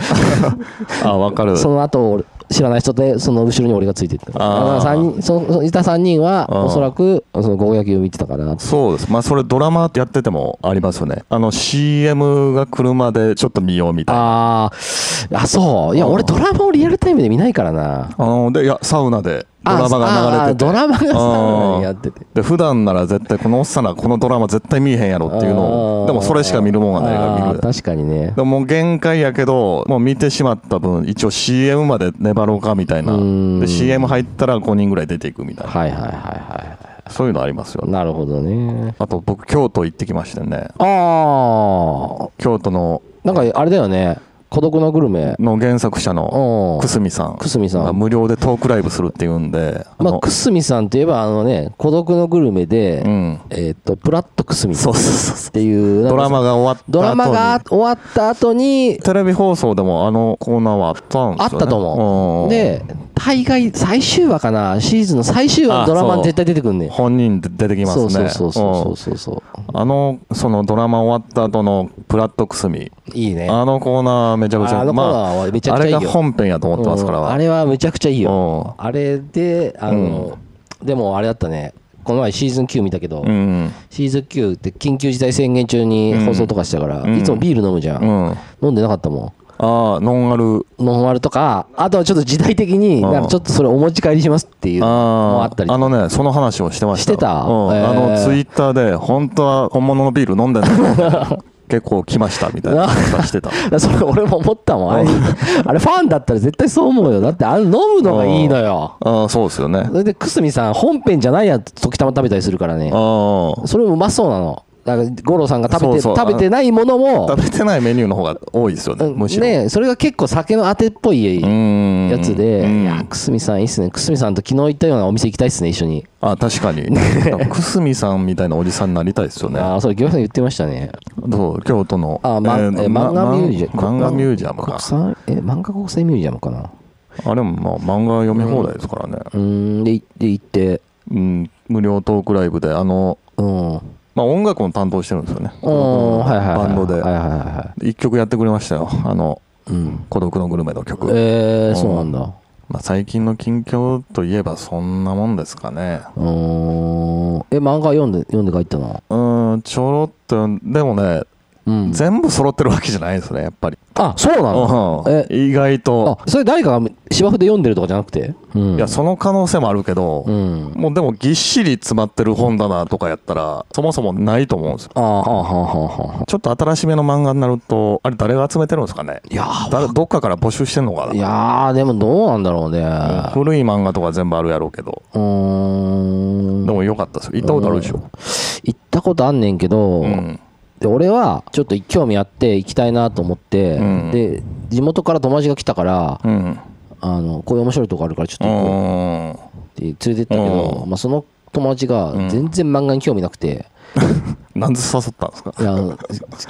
Speaker 2: ら。
Speaker 3: あわかる
Speaker 2: その後俺知らない人でその後ろに俺がついてっただから
Speaker 3: あー
Speaker 2: 三人そのいた3人は
Speaker 3: うん
Speaker 2: おそらくそのゴー野球を見てたかな
Speaker 3: そうですまあそれドラマやっててもありますよねあの CM が車でちょっと見ようみたいな
Speaker 2: あーあそういや
Speaker 3: うん
Speaker 2: 俺ドラマをリアルタイムで見ないからな
Speaker 3: あのでいやサウナでドラマが流れて
Speaker 2: あ
Speaker 3: て
Speaker 2: あドラマがさ
Speaker 3: うん
Speaker 2: やってて
Speaker 3: で普段なら絶対このおっさんらこのドラマ絶対見えへんやろっていうの
Speaker 2: あー
Speaker 3: をでもそれしか見るもんがないから
Speaker 2: あ
Speaker 3: 見
Speaker 2: ー
Speaker 3: る
Speaker 2: 確かにね
Speaker 3: でももう限界やけどもう見てしまった分一応 CM まで粘ろうかみたいな
Speaker 2: うん
Speaker 3: で CM 入ったら5人ぐらい出ていくみたいな
Speaker 2: はいはいはいは
Speaker 3: そういうのありますよ
Speaker 2: い
Speaker 3: ね
Speaker 2: なるほどね
Speaker 3: あと僕京都行ってきましてね
Speaker 2: ああ
Speaker 3: 京都の
Speaker 2: なんかあれだよね孤独のグルメ。
Speaker 3: の原作者
Speaker 2: う
Speaker 3: の
Speaker 2: ん
Speaker 3: 久住さん
Speaker 2: 久住さん
Speaker 3: が無料でトークライブするっていうんで、あ
Speaker 2: まあ、
Speaker 3: の
Speaker 2: くすみさんといえば、あのね、孤独のグルメで、
Speaker 3: うん
Speaker 2: えっ、と、プラットくすみっ
Speaker 3: そうそうそうそう
Speaker 2: ていう、なんか
Speaker 3: ドラマが終わった後に
Speaker 2: ドラマが終わった後に、
Speaker 3: テレビ放送でもあのコーナーはあったんですよ、ね、
Speaker 2: あったと思う。
Speaker 3: ん
Speaker 2: で、大概最終話かな、シリーズの最終話のドラマに絶対出てくんねん。
Speaker 3: 本人で出てきます
Speaker 2: そ
Speaker 3: ね
Speaker 2: うそうそうそう
Speaker 3: う
Speaker 2: そうそう。
Speaker 3: んあのそのドラマ終わった後のプラットくすみ
Speaker 2: いいね。
Speaker 3: あのコーナーめちゃくちゃ
Speaker 2: あのコーナーはめちゃくちゃいいよ
Speaker 3: あれが本編やと思ってますから、
Speaker 2: うんあれはめちゃくちゃいいよ。
Speaker 3: う
Speaker 2: あれで、あの、でもあれだったね、この前シーズン9見たけど、
Speaker 3: うん
Speaker 2: シーズン9って緊急事態宣言中に放送とかしたから、
Speaker 3: うん
Speaker 2: いつもビール飲むじゃん,、
Speaker 3: うんあ
Speaker 2: 飲んでなかったも
Speaker 3: あノンアル
Speaker 2: ん。ノンアルとか、あとはちょっと時代的に、
Speaker 3: うん
Speaker 2: なんかちょっとそれお持ち帰りしますっていうのもあ
Speaker 3: あ
Speaker 2: ったり
Speaker 3: あ。のねその話をしてました
Speaker 2: してた
Speaker 3: うん
Speaker 2: えー
Speaker 3: あのツイッターで本当は本物のビール飲んでんだ けど結構来ましたみたいな話はしてた
Speaker 2: だからそれ俺も思ったもん。あれ、あれファンだったら絶対そう思うよ。だってあれ飲むのがいいのよ。
Speaker 3: ああそうですよね
Speaker 2: それで、くすみさん、本編じゃないやつ、時たま食べたりするからね。
Speaker 3: ああ
Speaker 2: それもうまそうなの。だから、五郎さんが食べて、
Speaker 3: そうそう
Speaker 2: 食べてないものも、
Speaker 3: 食べてないメニューの方が多いですよね、
Speaker 2: うん
Speaker 3: むしろ。
Speaker 2: ね、それが結構酒のあてっぽいや
Speaker 3: や
Speaker 2: つで、
Speaker 3: うん
Speaker 2: いや、くすみさんいいっすね。くすみさんと昨日行ったようなお店行きたいっすね、一緒に。
Speaker 3: あ確か に。久住さんみたいなおじさんになりたいですよね。
Speaker 2: ああ、それ、行さん言ってましたね。
Speaker 3: そう京都の。
Speaker 2: あま
Speaker 3: えー
Speaker 2: え
Speaker 3: ま
Speaker 2: 漫画ミュージアム。
Speaker 3: ま漫画ミュージアムか
Speaker 2: 国。産、え、漫画国際ミュージアムかな。
Speaker 3: あれもまあ漫画読み放題ですからね。
Speaker 2: うーん、で、行って、行って、
Speaker 3: うん、無料トークライブで、あの、
Speaker 2: うん。
Speaker 3: まあ音楽も担当してるんですよね。
Speaker 2: うん、はいはいはい。
Speaker 3: バンド
Speaker 2: はい
Speaker 3: で
Speaker 2: はい。は
Speaker 3: 一曲やってくれましたよ。あの、
Speaker 2: い。うん。
Speaker 3: 孤独のグルメの曲。
Speaker 2: えー、そうなんだ。
Speaker 3: まあ、最近の近況といえばそんなもんですかね。
Speaker 2: うーん。え、漫画読んで、読んで帰ったな。
Speaker 3: うん、ちょろっと、でもね、
Speaker 2: うん。
Speaker 3: 全部揃ってるわけじゃないですね、やっぱり。
Speaker 2: あ、そうなのえ
Speaker 3: うん意外と。
Speaker 2: あ、それ誰かが芝生で読んでるとかじゃなくてうん
Speaker 3: いや、その可能性もあるけど
Speaker 2: う、ん。
Speaker 3: もうでもぎっしり詰まってる本棚とかやったら、そもそもないと思うんですよ。
Speaker 2: あーはあ、はあ、はあ、はあ。
Speaker 3: ちょっと新しめの漫画になると、あれ誰が集めてるんですかね
Speaker 2: いやー
Speaker 3: 誰どっかから募集してんのか
Speaker 2: い
Speaker 3: な
Speaker 2: やー、でもどうなんだろうね。
Speaker 3: 古い漫画とか全部あるやろうけど。
Speaker 2: うーん。
Speaker 3: でもよかったですよ。行ったことあるでしょ。
Speaker 2: 行ったことあんねんけど、
Speaker 3: うん。
Speaker 2: で俺はちょっと興味あって行きたいなと思って、
Speaker 3: うん
Speaker 2: で、地元から友達が来たから、
Speaker 3: うん。
Speaker 2: あの、こういう面白いとこあるからちょっと
Speaker 3: う
Speaker 2: 行こう
Speaker 3: ん。
Speaker 2: って連れてったけど、
Speaker 3: う
Speaker 2: まあその友達が全然漫画に興味なくて、
Speaker 3: なんで誘ったんですか
Speaker 2: いや、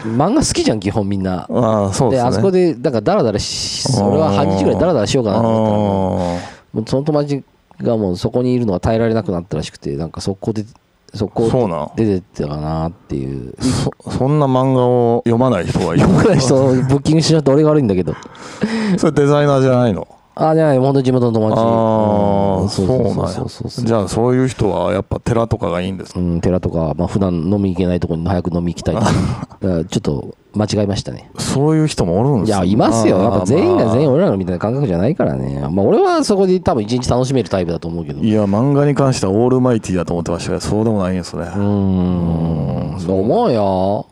Speaker 2: 漫画好きじゃん、基本みんな。
Speaker 3: ああ、そうで
Speaker 2: です
Speaker 3: ね。
Speaker 2: あそこでなんかダラダラしそれは半日ぐらいダラダラしようかなと思ったらも
Speaker 3: あ
Speaker 2: うもうその友達がもうそこにいるのが耐えられなくなったらしくてなんかそこでそこ
Speaker 3: そうなん
Speaker 2: 出てったかなっていう
Speaker 3: あそそんな漫画を読まない人がいる。
Speaker 2: 僕らの人ブッキングしちゃって俺が悪いんだけど
Speaker 3: それデザイナーじゃないの
Speaker 2: ああじゃない本当に地元の友達
Speaker 3: あ
Speaker 2: う
Speaker 3: あ、
Speaker 2: ん
Speaker 3: そ
Speaker 2: そうう
Speaker 3: な
Speaker 2: そう
Speaker 3: んや
Speaker 2: そうそうそう
Speaker 3: じゃあ、そういう人はやっぱ寺とかがいいんですか
Speaker 2: うん、寺とか、まあ普段飲み行けないところに早く飲み行きたいとかだからちょっと間違えましたね。
Speaker 3: そういう人もおるんで
Speaker 2: い
Speaker 3: す
Speaker 2: や、いますよ。やっぱ全員が全員
Speaker 3: 員。
Speaker 2: 俺らのみたいな感覚じゃないからね。まあ俺はそこで多分一日楽しめるタイプだと思うけど。
Speaker 3: いや、漫画に関してはオールマイティーだと思ってましたけど、そうでもないんですね。
Speaker 2: うーん、そう思うよ。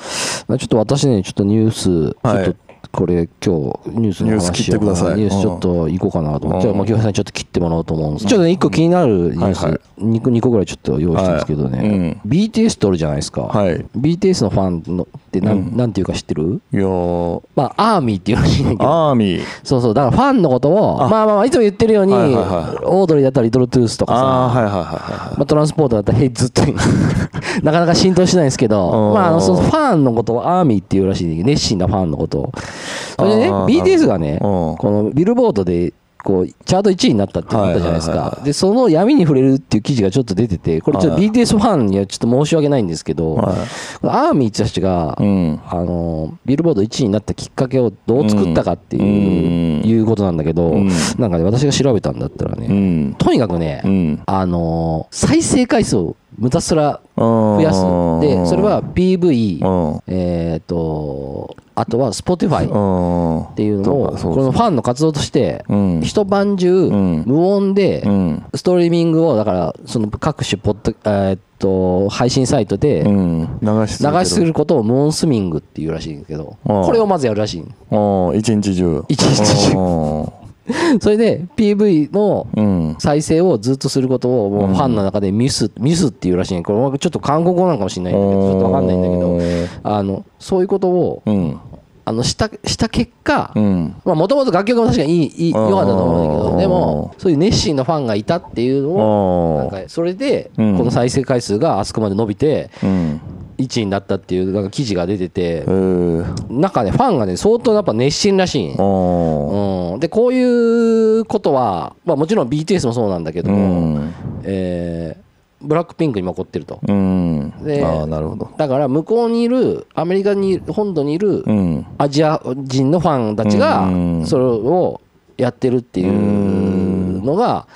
Speaker 2: ちょっと私ね、ちょっとニュース、
Speaker 3: はい
Speaker 2: ちょっとこれ今日ニュースの
Speaker 3: ニュース
Speaker 2: 話
Speaker 3: 切ってください
Speaker 2: ニュースちょっと行こうかなと思って、
Speaker 3: うん
Speaker 2: まあ、清原さんにちょっと切ってもらおうと思うんですちょっとね、一個気になるニュース、
Speaker 3: は
Speaker 2: 二
Speaker 3: いはい
Speaker 2: 個二個ぐらいちょっと用意してるんですけどね、
Speaker 3: はいうん
Speaker 2: BTS っておるじゃないですか。
Speaker 3: はい。い
Speaker 2: BTS のファンのってなん,、なんていうか知ってる
Speaker 3: やー
Speaker 2: まあ、アーミーっていうらしいんだけど、
Speaker 3: アーミー。
Speaker 2: そうそう、だからファンのことを、まあまあまあ、いつも言ってるように、
Speaker 3: はいはいはい
Speaker 2: オードリーだったらリトルトゥースとかさ、
Speaker 3: ああ、はいはいはいはい。
Speaker 2: まあ、トランスポートだったらヘッズっていう なかなか浸透しないんですけ
Speaker 3: お
Speaker 2: ど、
Speaker 3: ー
Speaker 2: まあ、あのそのファンのことをアーミーっていうらしいんだけど熱心なファンのことをそれでね
Speaker 3: あー
Speaker 2: BTS がね
Speaker 3: うん
Speaker 2: このビルボードでこうチャート1位になったってことじゃないです
Speaker 3: はいはいはい
Speaker 2: かでその闇に触れるっていう記事がちょっと出ててこれちょっと
Speaker 3: はい
Speaker 2: BTS ファンにはちょっと申し訳ないんですけど、
Speaker 3: は
Speaker 2: このアーミーって人たちが、
Speaker 3: うん。
Speaker 2: あのビルボード1位になったきっかけをどう作ったかっていう,、
Speaker 3: うん
Speaker 2: いうことなんだけど、
Speaker 3: うん
Speaker 2: なんかね私が調べたんだったらね、
Speaker 3: うん。
Speaker 2: とにかくね、
Speaker 3: うん。
Speaker 2: あのー再生回数をむたすら
Speaker 3: 増
Speaker 2: 増やす。で、それは、
Speaker 3: う
Speaker 2: PV、
Speaker 3: ん。
Speaker 2: えっ、と、あとは Spotify っ
Speaker 3: うん。
Speaker 2: ていうのを、
Speaker 3: そう
Speaker 2: こ
Speaker 3: か
Speaker 2: のファンの活動として、
Speaker 3: うん。
Speaker 2: 一晩中、
Speaker 3: ん
Speaker 2: 無音で
Speaker 3: う、ん。
Speaker 2: ストリーミングを、だから、その各種ポッド、えっ、と、配信サイト
Speaker 3: う
Speaker 2: で、
Speaker 3: ん。流し
Speaker 2: 流
Speaker 3: 続ける
Speaker 2: しすることを無音スミングっていうらしいんだけど、
Speaker 3: ああ
Speaker 2: これをまずやるらしい。
Speaker 3: うん。一日中。
Speaker 2: 一日中。
Speaker 3: 中。
Speaker 2: それで、PV の
Speaker 3: うん。
Speaker 2: 再生をずっとすることをもうファンの中でミス、ミスっていうらしいねこれはちょっと韓国語なんかもしれないんだけど、ちょっとわかんないんだけど、あの、そういうことを、
Speaker 3: うん。
Speaker 2: ああのしたした結果、
Speaker 3: うん。
Speaker 2: まあもともと楽曲も確かにいいいい良
Speaker 3: あー
Speaker 2: かったと思うんだけどでもそういう熱心なファンがいたっていうのをなん
Speaker 3: あ
Speaker 2: か
Speaker 3: あ。
Speaker 2: それでこ
Speaker 3: うん
Speaker 2: の再生回数があそこまで伸びて
Speaker 3: うん。
Speaker 2: 1位になったっていうなんか記事が出てて
Speaker 3: えー。
Speaker 2: なんかねファンがね相当やっぱ熱心らしいん
Speaker 3: ああ。
Speaker 2: うん、でこういうことは、まあ、もちろん BTS もそうなんだけど
Speaker 3: う
Speaker 2: も、
Speaker 3: ん。
Speaker 2: えーブラックピンクにも起こってると
Speaker 3: うん。
Speaker 2: で
Speaker 3: ああ、なるほど。
Speaker 2: だから向こうにいるアメリカに本土にいる
Speaker 3: うん。
Speaker 2: アジア人のファンたちが
Speaker 3: うん
Speaker 2: それをやってるっていうのが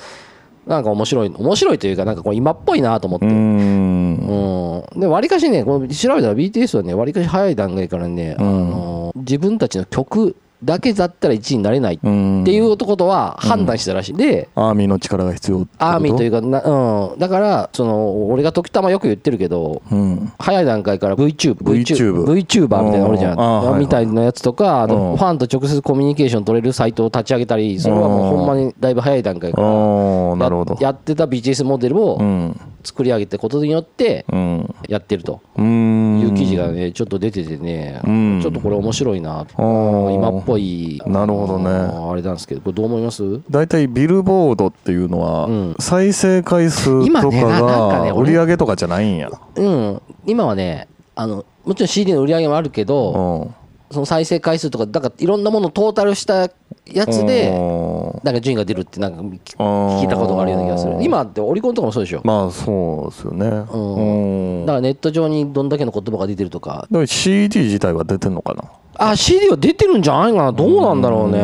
Speaker 2: なんか面白い面白いというかなんかこう今っぽいなと思っ
Speaker 3: う
Speaker 2: て。
Speaker 3: ん。
Speaker 2: うん、で、わりかしね、この調べたら BTS はね、わりかし早い段階からね、あの自分たちの曲だけだったら1位になれない
Speaker 3: うん。
Speaker 2: っていうことは判断してたらしい。で、
Speaker 3: アーミーの力が必要ってこと
Speaker 2: アーミーというか、なうん、だから、その、俺が時たまよく言ってるけど、
Speaker 3: うん。
Speaker 2: 早い段階から VTube、
Speaker 3: VTube
Speaker 2: VTuber みたいなのあるじゃ
Speaker 3: うんあーはいは
Speaker 2: ん。
Speaker 3: い
Speaker 2: みたいなやつとか、あ
Speaker 3: う
Speaker 2: と
Speaker 3: ん
Speaker 2: ファンと直接コミュニケーション取れるサイトを立ち上げたり、それはもうほんまにだいぶ早い段階から
Speaker 3: ああ、なるほど。
Speaker 2: やってた BTS モデル
Speaker 3: う
Speaker 2: を
Speaker 3: ん。
Speaker 2: 作り上げたことによって
Speaker 3: うん。う
Speaker 2: やってると
Speaker 3: ーん。
Speaker 2: いう記事がね、ちょっと出ててね、
Speaker 3: うん
Speaker 2: ちょっとこれ面白いな、
Speaker 3: あー
Speaker 2: 今っぽい、
Speaker 3: なるほどね
Speaker 2: あれなんですけど、これどう思います
Speaker 3: 大体ビルボードっていうのは、
Speaker 2: うん
Speaker 3: 再生回数
Speaker 2: 今
Speaker 3: と
Speaker 2: ね
Speaker 3: か
Speaker 2: ななんか
Speaker 3: が
Speaker 2: ね
Speaker 3: 売
Speaker 2: 俺
Speaker 3: り上げとかじゃないんや。
Speaker 2: うん、今はね、あのもちろん CD の売り上げもあるけ
Speaker 3: う
Speaker 2: ど、
Speaker 3: ん。
Speaker 2: その再生回数とか、だからいろんなものをトータルしたやつで、
Speaker 3: うん
Speaker 2: なんか順位が出るって、なんか聞
Speaker 3: あー
Speaker 2: 聞いたことがあるような気がする。今ってオリコンとかもそうでしょ。
Speaker 3: まあそうですよね。
Speaker 2: ん
Speaker 3: うん
Speaker 2: だからネット上にどんだけの言葉が出てるとか、
Speaker 3: だから CD 自体は出てんのかな
Speaker 2: あ CD は出てるんじゃないかな、どうなんだろうね、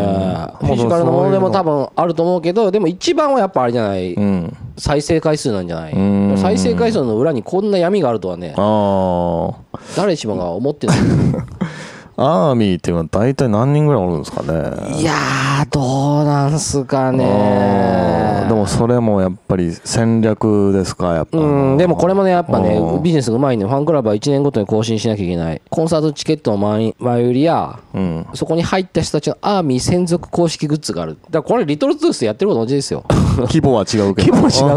Speaker 2: フィジカルのものでも多分あると思うけど、でも一番はやっぱあれじゃない、
Speaker 3: うん。
Speaker 2: 再生回数なんじゃない、
Speaker 3: ん
Speaker 2: 再生回数の裏にこんな闇があるとはね、
Speaker 3: ああ。
Speaker 2: 誰しもが思 ってない、
Speaker 3: アーミーっていうのは大体何人ぐらいおるんですかね。
Speaker 2: いやー、どうなんすかね
Speaker 3: あー。でもそれもやっぱり戦略ですか、やっぱ。
Speaker 2: うん、でもこれもね、やっぱ
Speaker 3: う
Speaker 2: ね、
Speaker 3: ん
Speaker 2: ビジネスがうまいね、ファンクラブは1年ごとに更新しなきゃいけない、コンサートチケットの前前売りや、
Speaker 3: うん。
Speaker 2: そこに入った人たちのアーミー専属公式グッズがある、だからこれ、リトルトゥースやってること同じ ですよ。
Speaker 3: 規模は違うけ
Speaker 2: 規
Speaker 3: ど。
Speaker 2: 模は違うけど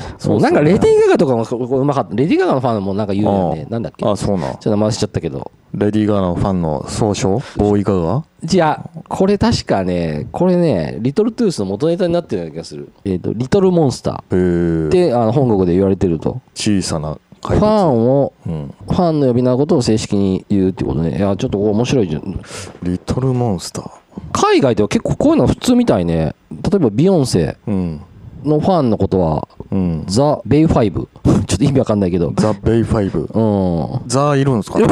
Speaker 3: あー
Speaker 2: そうなんかレディー・ガガとかもここうまかった、レディー・ガガのファンもなんか言うよね
Speaker 3: う、ん
Speaker 2: なんだっけ、ちょ
Speaker 3: あ、
Speaker 2: っ
Speaker 3: そうなん。
Speaker 2: と名前忘れちゃったけど、
Speaker 3: レディー・ガーのファンの総称ボーイ・ガガ
Speaker 2: じゃあ、これ確かね、これね、リトルトゥースの元ネタになってるような気がする。えっ、と、リトルモンスタ
Speaker 3: へ
Speaker 2: ーっ
Speaker 3: ー
Speaker 2: て、あの、本国で言われてると。
Speaker 3: 小さな
Speaker 2: フ
Speaker 3: 怪
Speaker 2: ァ
Speaker 3: 物。
Speaker 2: ンを、
Speaker 3: うん。
Speaker 2: ファンの呼び名のことを正式に言うってことね。いや、ちょっと面白いじゃん。
Speaker 3: リトル・モンスター。
Speaker 2: 海外では結構こういうのが普通みたいね。例えば、ビヨンセ
Speaker 3: うん。
Speaker 2: のファンのことは、
Speaker 3: うん。
Speaker 2: ザ・ベイ・ファイブ。 ちょっと意味わかんないけど。うん。ち
Speaker 3: ザ・ベイ・ファイブ。
Speaker 2: ょ
Speaker 3: ザいるんですか
Speaker 2: っ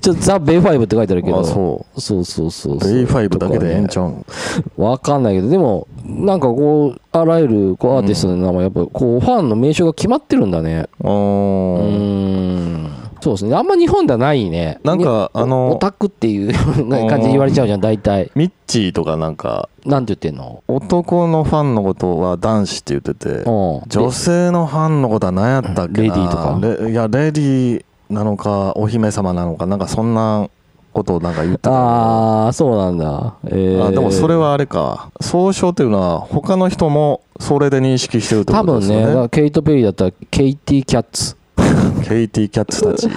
Speaker 2: とザ・ベイ・ファイブって書いてあるけど。
Speaker 3: あそ
Speaker 2: そうそうそうそう。
Speaker 3: ベイファイブだけでええんちゃうん、
Speaker 2: わかんないけど、でも、なんかこう、あらゆるこうアーティストの名前、やっぱこう、ファンの名称が決まってるんだね。う
Speaker 3: あー
Speaker 2: ん。そうですね。あんま日本ではないね。
Speaker 3: なんか
Speaker 2: に
Speaker 3: あの
Speaker 2: オタクっていう 感じで言われちゃうじゃん、大体。
Speaker 3: ミッチーとかなんか
Speaker 2: なんて言ってんの
Speaker 3: 男のファンのことは男子って言ってて
Speaker 2: うん。
Speaker 3: 女性のファンのことは何やったっ
Speaker 2: レ
Speaker 3: けな
Speaker 2: ディー
Speaker 3: レいやレディーなのかお姫様なのかなんかそんなことをなんか言ってたあ
Speaker 2: ああ、そうなんだ。えー、
Speaker 3: あでもそれはあれか総称っていうのは他の人もそれで認識してるってこ
Speaker 2: 多
Speaker 3: と
Speaker 2: 分
Speaker 3: です
Speaker 2: ね、だか
Speaker 3: よね
Speaker 2: らケイト・ペリーだったら、ケイティ・キャッツ。
Speaker 3: ケイティ・キャッツたちあ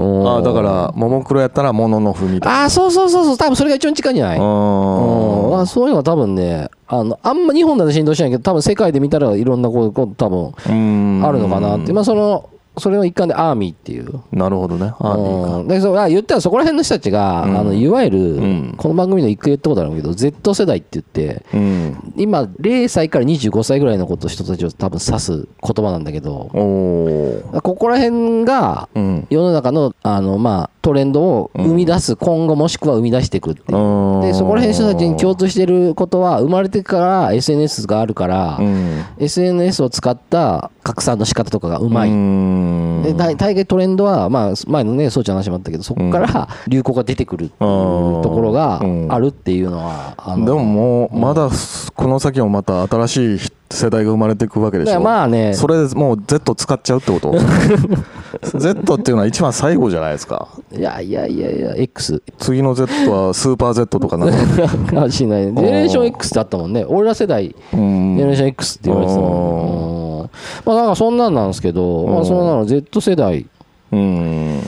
Speaker 2: あ
Speaker 3: あだか。らももクロやったらもののふみたい
Speaker 2: ああ、そうそうそうそう、多分それが一番近いんじゃない
Speaker 3: な
Speaker 2: うん、だからそういうのは多分ね、あの、あんま日本だと浸透しないけど、多分世界で見たらいろんなこう、こう多分
Speaker 3: うん
Speaker 2: あるのかなって、まあその、それの一環でアーミーっていう。
Speaker 3: なるほどね。アーミーか。
Speaker 2: うん、でそうあ言ったらそこら辺の人たちが、
Speaker 3: うん
Speaker 2: あのいわゆる、
Speaker 3: ん
Speaker 2: この番組の一回言ったことあるんだけど Z 世代って言って
Speaker 3: うん。
Speaker 2: 今0歳から25歳ぐらいのこと人たちを多分指す言葉なんだけど
Speaker 3: おお。
Speaker 2: ここら辺が
Speaker 3: うん。
Speaker 2: 世の中のあの、まあ、トレンドを生み出す、今後もしくは生み出していくっていうでそこら辺の人たちに共通してることは生まれてから SNS があるから、
Speaker 3: うん。
Speaker 2: SNS を使った拡散の仕方とかがうまい、
Speaker 3: うん。
Speaker 2: で大大概トレンドは、まあ、前のねそうちゃんの話もあったけどそこから流行が出てくるっていうところが
Speaker 3: うん
Speaker 2: あるっていうのは、あ
Speaker 3: で
Speaker 2: の
Speaker 3: ももう、まだ、この先もまた新しい世代が生まれていくわけで
Speaker 2: だ
Speaker 3: し
Speaker 2: から
Speaker 3: ょ。
Speaker 2: まあね
Speaker 3: それでもう Z 使っちゃうっ てこと ?Z っていうのは一番最後じゃないですか。
Speaker 2: いやいやいやいや X
Speaker 3: 次の Z はスーパー Z とか なんか。
Speaker 2: かもしれないジェネレーション X だったもんね俺ら世代
Speaker 3: うん
Speaker 2: ジェネレーション X って言われてたもん、うんまあなんかそんなんなんですけど、まあ、そんなの Z 世代
Speaker 3: うん。
Speaker 2: ね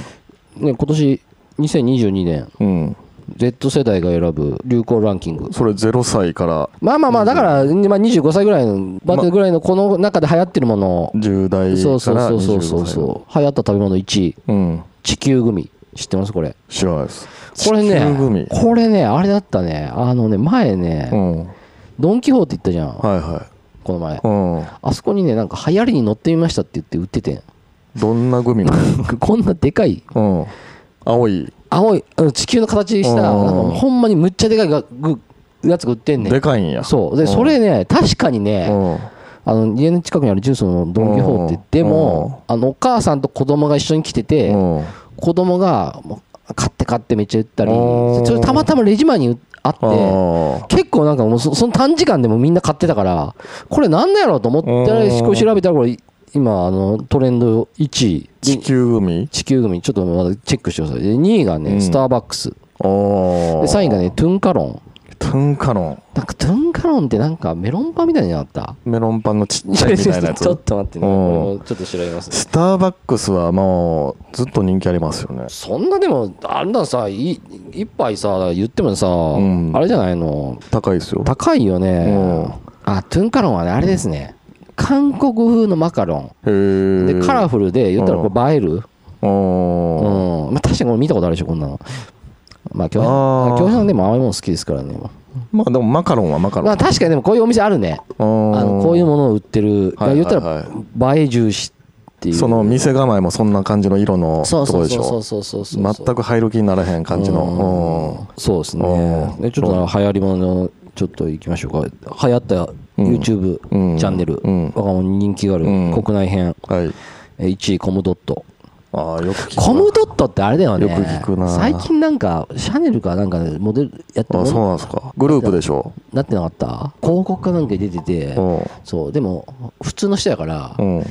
Speaker 2: 今年2022年
Speaker 3: うん
Speaker 2: Z 世代が選ぶ流行ランキング
Speaker 3: それ0歳から
Speaker 2: まあまあまあだから、まあ、25歳ぐらいのバテぐらいのこの中で流行ってるものを
Speaker 3: 10代
Speaker 2: そうそ
Speaker 3: か
Speaker 2: うそ
Speaker 3: ら
Speaker 2: うそう
Speaker 3: 25
Speaker 2: そう
Speaker 3: 歳
Speaker 2: そう流行った食べ物1位
Speaker 3: うん
Speaker 2: 地球グミ知ってますこれ
Speaker 3: 知らないです
Speaker 2: これ
Speaker 3: 地球グミ
Speaker 2: ねこれねあれだったねあのね前ね、
Speaker 3: うん
Speaker 2: ドン・キホーテ行ったじゃん、
Speaker 3: はいは
Speaker 2: この前
Speaker 3: いうん
Speaker 2: あそこにねなんか流行りに乗ってみましたって言って売っててん
Speaker 3: どんなグミな
Speaker 2: こんなでかい
Speaker 3: のうん青い
Speaker 2: 青いあの地球の形した
Speaker 3: う
Speaker 2: なんんかほんまにむっちゃでかいがぐやつが売ってんねん
Speaker 3: でかいんや
Speaker 2: そう
Speaker 3: う
Speaker 2: で
Speaker 3: ん
Speaker 2: それね確かに
Speaker 3: う
Speaker 2: ね
Speaker 3: ん
Speaker 2: あの家の近くにあるジュースのドン・キホーテ
Speaker 3: うん
Speaker 2: でもあのお母さんと子供が一緒に来てて
Speaker 3: うん
Speaker 2: 子供がもう買って買ってめっちゃ言ったり
Speaker 3: うん
Speaker 2: それたまたまレジ前にあって
Speaker 3: あ
Speaker 2: 結構なんかもうそその短時間でもみんな買ってたからこれなんだやろうと思ったら
Speaker 3: うん
Speaker 2: これ調べたらこれ今あのトレンド1位
Speaker 3: ー地球グミ
Speaker 2: 地球組ちょっとまだチェックしてくださいで2位がね、
Speaker 3: うん
Speaker 2: スターバックス
Speaker 3: あー
Speaker 2: で3位がねトゥンカロン
Speaker 3: トゥンカロン
Speaker 2: なんかトゥンカロンってなんかメロンパンみたいになった
Speaker 3: メロンパンのちっちゃいみたいなや つ
Speaker 2: ちょっと待ってね
Speaker 3: うん
Speaker 2: これもちょっと調べます
Speaker 3: スターバックスはもうずっと人気ありますよね
Speaker 2: そんなでもあんなんさい一杯さ言ってもさ、
Speaker 3: ん
Speaker 2: あれじゃないの
Speaker 3: 高いですよ
Speaker 2: 高いよ
Speaker 3: うん
Speaker 2: ねあトゥンカロンはねあれですね韓国風のマカロン
Speaker 3: へえ
Speaker 2: でカラフルで言ったらこれ映えるう
Speaker 3: おー
Speaker 2: ん、まあ、確かにこれ見たことあるでしょこんなのまあ京
Speaker 3: あー
Speaker 2: 平京平さんでも甘いもの好きですからね
Speaker 3: まあでもマカロンはマカロン
Speaker 2: まあ確かにでもこういうお店あるね
Speaker 3: あ
Speaker 2: あのこういうものを売ってる、
Speaker 3: はいはい
Speaker 2: 言った
Speaker 3: は
Speaker 2: ら映え重視っていう
Speaker 3: その店構えもそんな感じの色の
Speaker 2: そ
Speaker 3: と
Speaker 2: うそう
Speaker 3: こでし
Speaker 2: そうそう
Speaker 3: ょ
Speaker 2: そうそうそう
Speaker 3: 全く入る気にならへん感じの
Speaker 2: うんそうですね
Speaker 3: うん
Speaker 2: でちょっと流行りものちょっと行きましょうか流行った YouTube
Speaker 3: うん
Speaker 2: チャンネル、
Speaker 3: うん
Speaker 2: 若者に人気がある、
Speaker 3: うん
Speaker 2: 国内編
Speaker 3: うんはい
Speaker 2: え1位コムドット
Speaker 3: ああよく聞く
Speaker 2: コムドットってあれだよね
Speaker 3: よく聞くな
Speaker 2: 最近なんかシャネルかなんかでモデルやって
Speaker 3: あ
Speaker 2: も
Speaker 3: そうなんですかグループでしょ
Speaker 2: なってなかった広告かなんかに出てて
Speaker 3: うんう
Speaker 2: そうでも普通の人やから
Speaker 3: ん映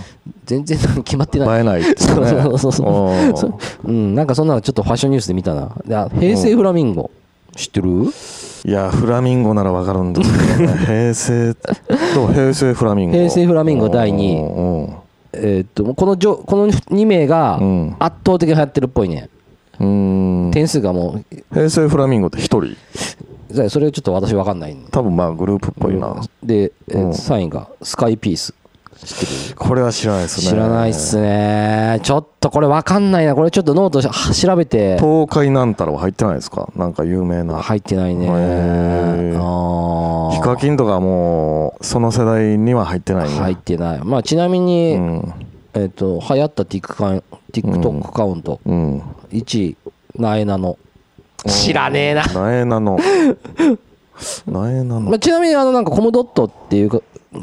Speaker 2: 全然決まって
Speaker 3: え
Speaker 2: ない
Speaker 3: ないって
Speaker 2: そう
Speaker 3: ね
Speaker 2: そうそうそう
Speaker 3: うん
Speaker 2: そううんなんかそんなのちょっとファッションニュースで見たなであ平成フラミンゴ知ってる
Speaker 3: いやフラミンゴならわかるんですけどね平成と平成フラミンゴ
Speaker 2: 平成フラミンゴ第二位
Speaker 3: うんうん
Speaker 2: えーっともうこのじょこの2名が
Speaker 3: うん
Speaker 2: 圧倒的に流行ってるっぽいね
Speaker 3: うん
Speaker 2: 点数がも
Speaker 3: 平成フラミンゴって一人
Speaker 2: うそれちょっと私分かんない
Speaker 3: 多分まあグループっぽいな
Speaker 2: で、え
Speaker 3: うん
Speaker 2: 3位がスカイピース知ってる
Speaker 3: これは知らないですね
Speaker 2: 知らないっすねちょっとこれ分かんないなこれちょっとノートしは調べて
Speaker 3: 東海なんたらは入ってないですかなんか有名な
Speaker 2: 入ってないね
Speaker 3: へー
Speaker 2: ああ
Speaker 3: ヒカキンとかもうその世代には入ってないね
Speaker 2: 入ってないまあちなみに、
Speaker 3: うん
Speaker 2: えっ、と流行った TikTok カウン TikTok カウント、
Speaker 3: うん
Speaker 2: 1位なえなの知らねえな、
Speaker 3: なえなの なえな
Speaker 2: ま
Speaker 3: の
Speaker 2: あ、ちなみにあのなんかコムドットっていうか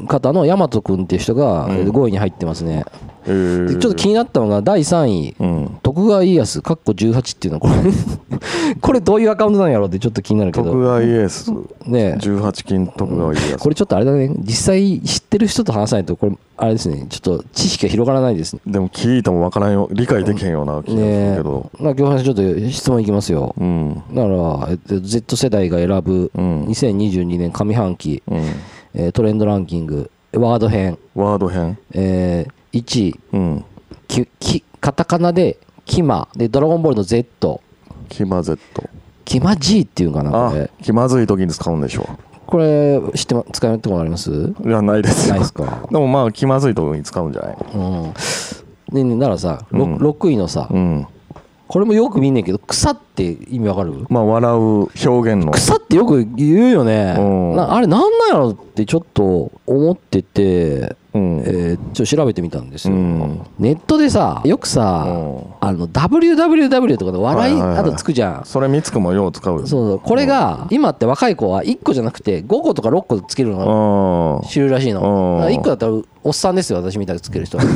Speaker 2: 方の大和くんっていう人がえー5位に入ってますね、
Speaker 3: えー
Speaker 2: でちょっと気になったのが第3位、
Speaker 3: うん
Speaker 2: 徳川家康かっこ18っていうのはこれ これどういうアカウントなんやろうってちょっと気になるけ
Speaker 3: 徳
Speaker 2: ど
Speaker 3: 川家康
Speaker 2: ねえ
Speaker 3: 18金徳川家康
Speaker 2: これちょっとあれだね実際知ってる人と話さないとこれあれですねちょっと知識が広がらないですね
Speaker 3: でも聞いてもわからんよ理解できへんような気がする
Speaker 2: ね
Speaker 3: け
Speaker 2: え
Speaker 3: ど
Speaker 2: まあ今日ちょっと質問いきますよ、
Speaker 3: うん
Speaker 2: だから、えっと Z 世代が選ぶ
Speaker 3: うん
Speaker 2: 2022年上半期、
Speaker 3: うん
Speaker 2: えートレンドランキング、ワード編、
Speaker 3: ワード編
Speaker 2: えー1位
Speaker 3: うん
Speaker 2: きき、カタカナでキマ、で、ドラゴンボールの Z、
Speaker 3: キマ Z
Speaker 2: キマ G っていうかな、
Speaker 3: あ
Speaker 2: これ。
Speaker 3: 気まずい時に使うんでしょ
Speaker 2: これ、知ってま、使うところありますな
Speaker 3: ういやないです
Speaker 2: い
Speaker 3: よ
Speaker 2: ですか。
Speaker 3: でもまあ気まずい時に使うんじゃない
Speaker 2: うん。ねねならさ、ろ
Speaker 3: うん
Speaker 2: 6位のさ、
Speaker 3: うん
Speaker 2: これもよく見んねんけど、草って意味わかる
Speaker 3: まあ笑う表現の
Speaker 2: 草ってよく言うよね
Speaker 3: うん。
Speaker 2: なあれなんなんやろってちょっと思ってて、
Speaker 3: うん
Speaker 2: えーちょっと調べてみたんですよ、
Speaker 3: うん
Speaker 2: ネットでさよくさ、
Speaker 3: うん
Speaker 2: あの WWW とかで笑い
Speaker 3: はいはいはい
Speaker 2: あとつくじゃん、
Speaker 3: それ三つくもよう使うよ
Speaker 2: そうそうこれが、今って若い子は1個じゃなくて5個とか6個つけるのが
Speaker 3: ああ
Speaker 2: 主流らしいの
Speaker 3: うん
Speaker 2: だから1個だったらおっさんですよ私みたいにつける人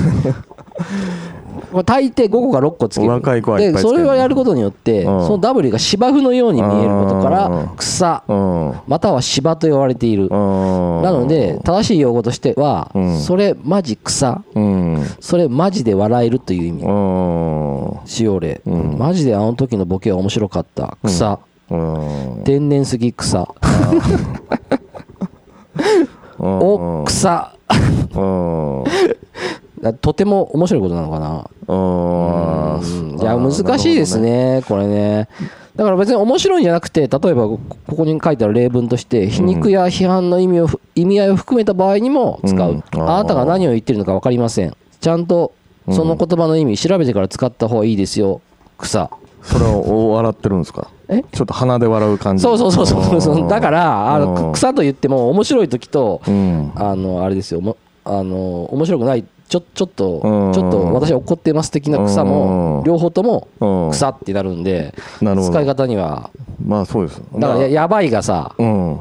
Speaker 2: これ大抵5個か6個つける
Speaker 3: 若い子はいっぱいつけ
Speaker 2: で
Speaker 3: る
Speaker 2: それをやることによって、
Speaker 3: ん
Speaker 2: その W が芝生のように見えることか
Speaker 3: う
Speaker 2: ら
Speaker 3: ん
Speaker 2: 草
Speaker 3: うんうん
Speaker 2: または芝と呼ばれているな
Speaker 3: な
Speaker 2: ので正しい用語としては、
Speaker 3: うん
Speaker 2: それマジ草
Speaker 3: うんうん
Speaker 2: それマジで笑えるという意味使用例、
Speaker 3: うん
Speaker 2: マジであの時のボケは面白かった草、
Speaker 3: うん
Speaker 2: 天然すぎ草
Speaker 3: うん
Speaker 2: お草
Speaker 3: うん
Speaker 2: だとても面白いことなのかな。
Speaker 3: あ
Speaker 2: うん
Speaker 3: ー
Speaker 2: いや、難しいです。ね、これね。だから別に面白いんじゃなくて、例えばこここに書いてある例文として、皮肉や批判の意味をふ、意味合いを含めた場合にも使う。
Speaker 3: うんあー
Speaker 2: あなたが何を言ってるのか分かりません。ちゃんとその言葉の意味、調べてから使った方がいいですよ、草。
Speaker 3: それを笑ってるんですか
Speaker 2: え
Speaker 3: ちょっと鼻で笑う感じ。、
Speaker 2: そうそうそうそうそう。だからら、あの
Speaker 3: うん
Speaker 2: 草と言っても面白い時と、
Speaker 3: うん。
Speaker 2: あの、あれですよ、もあの、面白くない、ちょ、ちょっと、
Speaker 3: うん
Speaker 2: ちょっと私は怒ってます的な草
Speaker 3: う
Speaker 2: も
Speaker 3: ん、
Speaker 2: 両方とも
Speaker 3: うん
Speaker 2: 草ってなるんで、
Speaker 3: なるほど
Speaker 2: 使い方には、
Speaker 3: まあそうです。
Speaker 2: だからや、やばいがさ、
Speaker 3: うん。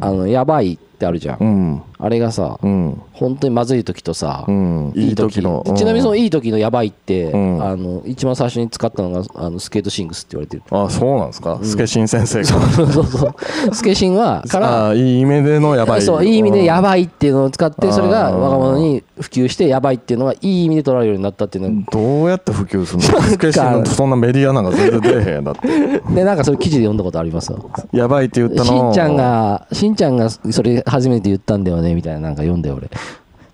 Speaker 2: あの、やばいってあるじゃ。
Speaker 3: うんん。
Speaker 2: あれがさ
Speaker 3: う、ん。
Speaker 2: 本当にまずい時とさ
Speaker 3: う、ん。いい時の。
Speaker 2: でちなみにその
Speaker 3: うん
Speaker 2: いい時のやばいって、あ
Speaker 3: ん
Speaker 2: の、一番最初に使ったのが、あの、スケートシングスって言われてる。
Speaker 3: あ、そうなんですかスケシン先生が。
Speaker 2: そうそうそう。スケシンは、から、
Speaker 3: あーいい意味でのやばい。
Speaker 2: そういい意味でや
Speaker 3: ば
Speaker 2: ばいっていうのを使ってそれが
Speaker 3: あー
Speaker 2: 若者に普及してやばいっていうのがいい意味で取られるようになったっていうの
Speaker 3: どうやって普及する のスケシンのそんなメディアなんか全然出えへんだって。
Speaker 2: でなんかそれ記事で読んだことありますよ
Speaker 3: やばいって言った
Speaker 2: し
Speaker 3: の
Speaker 2: んちゃん。がしんちゃんがそれ初めて言ったんだよねみたいななんか読んだよ俺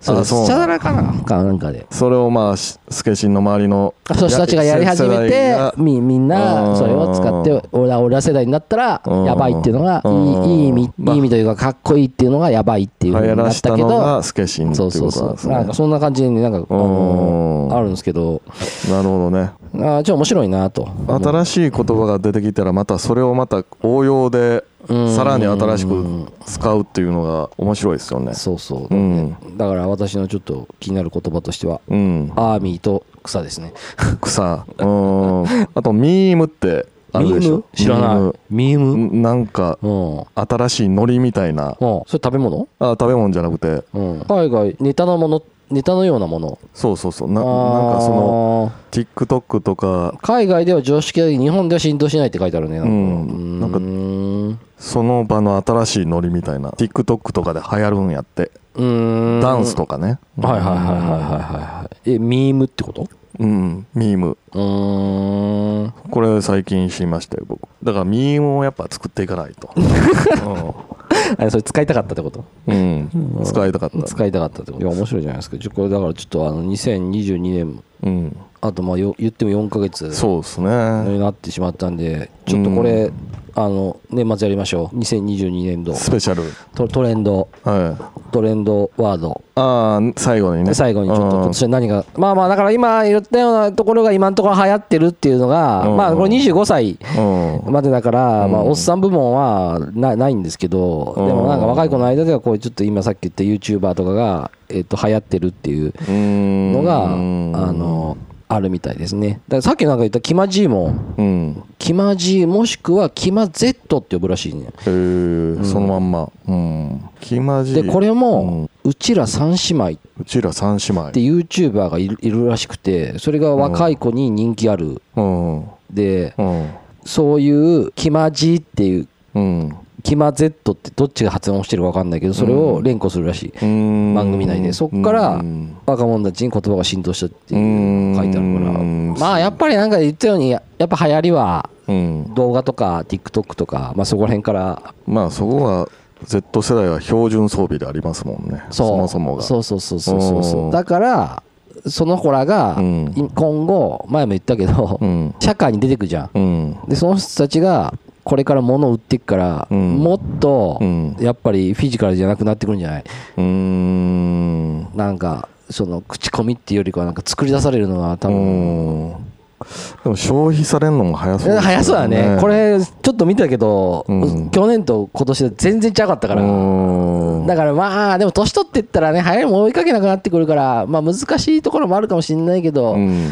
Speaker 2: それ
Speaker 3: あそう
Speaker 2: シャダラかなかなんかで
Speaker 3: それをまあ、しスケシンの周りの。
Speaker 2: そう人たちがやり始め
Speaker 3: 世
Speaker 2: て
Speaker 3: 代が
Speaker 2: みみん
Speaker 3: う
Speaker 2: なんそれを使って俺ら俺ら世代になったら
Speaker 3: うん
Speaker 2: やばいっていうのが
Speaker 3: うん
Speaker 2: いいいい意味
Speaker 3: まあ
Speaker 2: いい意味というかかっこいいっていうのがやばいっていう風
Speaker 3: 流行
Speaker 2: にな
Speaker 3: ら
Speaker 2: っ
Speaker 3: した
Speaker 2: たけ
Speaker 3: のが
Speaker 2: ど
Speaker 3: スケシンって
Speaker 2: そ
Speaker 3: いうう
Speaker 2: そう
Speaker 3: ことな
Speaker 2: そ
Speaker 3: んです
Speaker 2: う
Speaker 3: ね。
Speaker 2: なんかそんな感じになんかあの
Speaker 3: うん
Speaker 2: あるんですけど
Speaker 3: なるほどね。
Speaker 2: ああ、じゃあ面白いなと。
Speaker 3: 新しい言葉が出てきたらまたそれをまた応用で
Speaker 2: うん
Speaker 3: さらに新しく使うっていうのが面白いですよね。
Speaker 2: そうそう
Speaker 3: う。ん。
Speaker 2: だから私のちょっと気になる言葉としては、
Speaker 3: うん。
Speaker 2: アーミーと草ですね。
Speaker 3: 草。うん。あとミームってあるでしょ。
Speaker 2: 知らない。ミー
Speaker 3: ミー
Speaker 2: ム
Speaker 3: ム。なんか
Speaker 2: うん。うん。
Speaker 3: 新しい海苔みたいな。あ
Speaker 2: それ食べ物
Speaker 3: 食べ物じゃなくて、
Speaker 2: うん。海外、ネタのもの、ネタのようなもの。
Speaker 3: そうそうそう。な
Speaker 2: あ
Speaker 3: なんかその
Speaker 2: の、
Speaker 3: TikTok とか
Speaker 2: 海外では常識だけど日本では浸透しないって書いてあるね。
Speaker 3: うん
Speaker 2: なんか
Speaker 3: な
Speaker 2: うーん。
Speaker 3: その場の新しいノリみたいな TikTok とかで流行るんやって
Speaker 2: うーん
Speaker 3: ダンスとかね
Speaker 2: はいはいはいはいはいはい。え、ミームってこと
Speaker 3: うんミーム
Speaker 2: うーん。
Speaker 3: これ最近知りましたよ僕だからミームをやっぱ作っていかな いと、
Speaker 2: あそれ使いたかったってこと
Speaker 3: うんうん、使いたかった、
Speaker 2: 使いたかったってこといや面白いじゃないですかじゃこれだからちょっとあの2022年
Speaker 3: うん、
Speaker 2: あとまあよ言っても4ヶ月
Speaker 3: そうですね
Speaker 2: になってしまったんでちょっとこれ、あの年末やりましょう2022年度
Speaker 3: スペシャル
Speaker 2: トトレンド
Speaker 3: はい
Speaker 2: トレンドワード
Speaker 3: ああ最後にね
Speaker 2: 最後にちょっと今年何がまあまあだから今言ったようなところが今のところ流行ってるっていうのが、
Speaker 3: うん
Speaker 2: まあこれ25歳
Speaker 3: うん、うん
Speaker 2: までだから、
Speaker 3: うん
Speaker 2: まあ、おっさん部門はなないんですけど、
Speaker 3: うん
Speaker 2: でもなんか若い子の間ではこうちょっと今さっき言った YouTuber とかが、えっと流行ってるっていう
Speaker 3: うん
Speaker 2: のが、あのあるみたいですねだからさっきなんか言ったキマ G も
Speaker 3: うん
Speaker 2: キマ G もしくはキマ Z って呼ぶらしいね
Speaker 3: へえそのまんまうん気まじ
Speaker 2: で
Speaker 3: い
Speaker 2: これも、うちら三姉妹っ
Speaker 3: うちら三姉妹
Speaker 2: て YouTuber がいるいるらしくてそれが若い子に人気ある
Speaker 3: うんうん
Speaker 2: で
Speaker 3: うん
Speaker 2: そういうキマ G っていう
Speaker 3: うんう
Speaker 2: キマ Z ってどっちが発音してるか分かんないけどそれを連呼するらしい、
Speaker 3: ん
Speaker 2: 番組内でそっから
Speaker 3: うん
Speaker 2: 若者たちに言葉が浸透したっていうのが書いてあるから
Speaker 3: うん
Speaker 2: まあやっぱりなんか言ったようにややっぱ流行りは
Speaker 3: うん
Speaker 2: 動画とか TikTok とか、まあ、そこら辺から
Speaker 3: まあそこは Z 世代は標準装備でありますもんね
Speaker 2: そう
Speaker 3: もそもが
Speaker 2: そうそうそうそうそうそう
Speaker 3: うん
Speaker 2: だからその子らが
Speaker 3: うん
Speaker 2: い今後前も言ったけど、
Speaker 3: うん
Speaker 2: 社会に出てくじゃん
Speaker 3: うん
Speaker 2: でその人たちがこれから物を売っていくから、
Speaker 3: うん
Speaker 2: もっと
Speaker 3: うん
Speaker 2: やっぱりフィジカルじゃなくなってくるんじゃないう
Speaker 3: ーんう
Speaker 2: なんかその口コミっていうよりかはなんか作り出されるのは多
Speaker 3: ー
Speaker 2: 分、
Speaker 3: んでも消費されるのも早そうですよ
Speaker 2: 早そうだねこれちょっと見たけど、
Speaker 3: うん
Speaker 2: 去年と今年で全然ちゃうかったから、
Speaker 3: うーん
Speaker 2: だからまあ、でも年取ってったらね、早いもん追いかけなくなってくるから、まあ難しいところもあるかもしれないけど、
Speaker 3: うん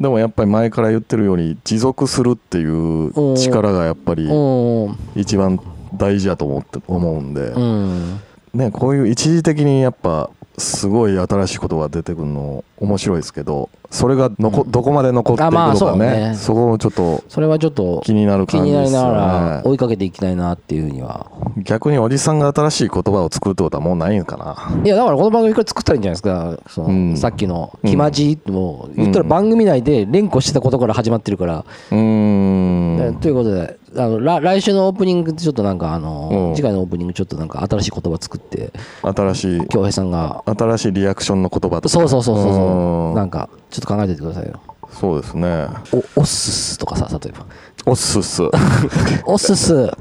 Speaker 3: でもやっぱり前から言ってるように持続するっていう力がやっぱり
Speaker 2: うん、うん、
Speaker 3: 一番大事だと思って思うんで、ね、こういう一時的にやっぱすごい新しいことが出てくるの面白いですけどそれがのこ、どこまで残っていくの
Speaker 2: あまあそ
Speaker 3: か
Speaker 2: う
Speaker 3: ね,、
Speaker 2: ね
Speaker 3: そこもちょっと
Speaker 2: それはちょっと
Speaker 3: 気になる
Speaker 2: 気
Speaker 3: 感
Speaker 2: に
Speaker 3: じ
Speaker 2: な
Speaker 3: で
Speaker 2: り
Speaker 3: す
Speaker 2: なが
Speaker 3: よ
Speaker 2: ら
Speaker 3: ね
Speaker 2: 追いかけていきたいなっていうふうには。
Speaker 3: 逆におじさんが新しい言葉を作るってことはもうないのかない
Speaker 2: や、だからこの番組から作ったらいいんじゃないですか、その
Speaker 3: うん
Speaker 2: さっきの、
Speaker 3: うん
Speaker 2: きまじもう言ったら番組内で連呼してたことから始まってるから、
Speaker 3: うーん
Speaker 2: えということで、あのら来週のオープニングでちょっとなんかあ
Speaker 3: う
Speaker 2: の
Speaker 3: ん
Speaker 2: 次回のオープニングちょっとなんか新しい言葉作って
Speaker 3: 新しい
Speaker 2: 京平さんが
Speaker 3: 新しいリアクションの言葉とか
Speaker 2: そうそうそうそうそううんなんかちょっと考えておいてくださいよ
Speaker 3: そうですね
Speaker 2: おおっすすとかさ例えば
Speaker 3: おっすっす
Speaker 2: おっすす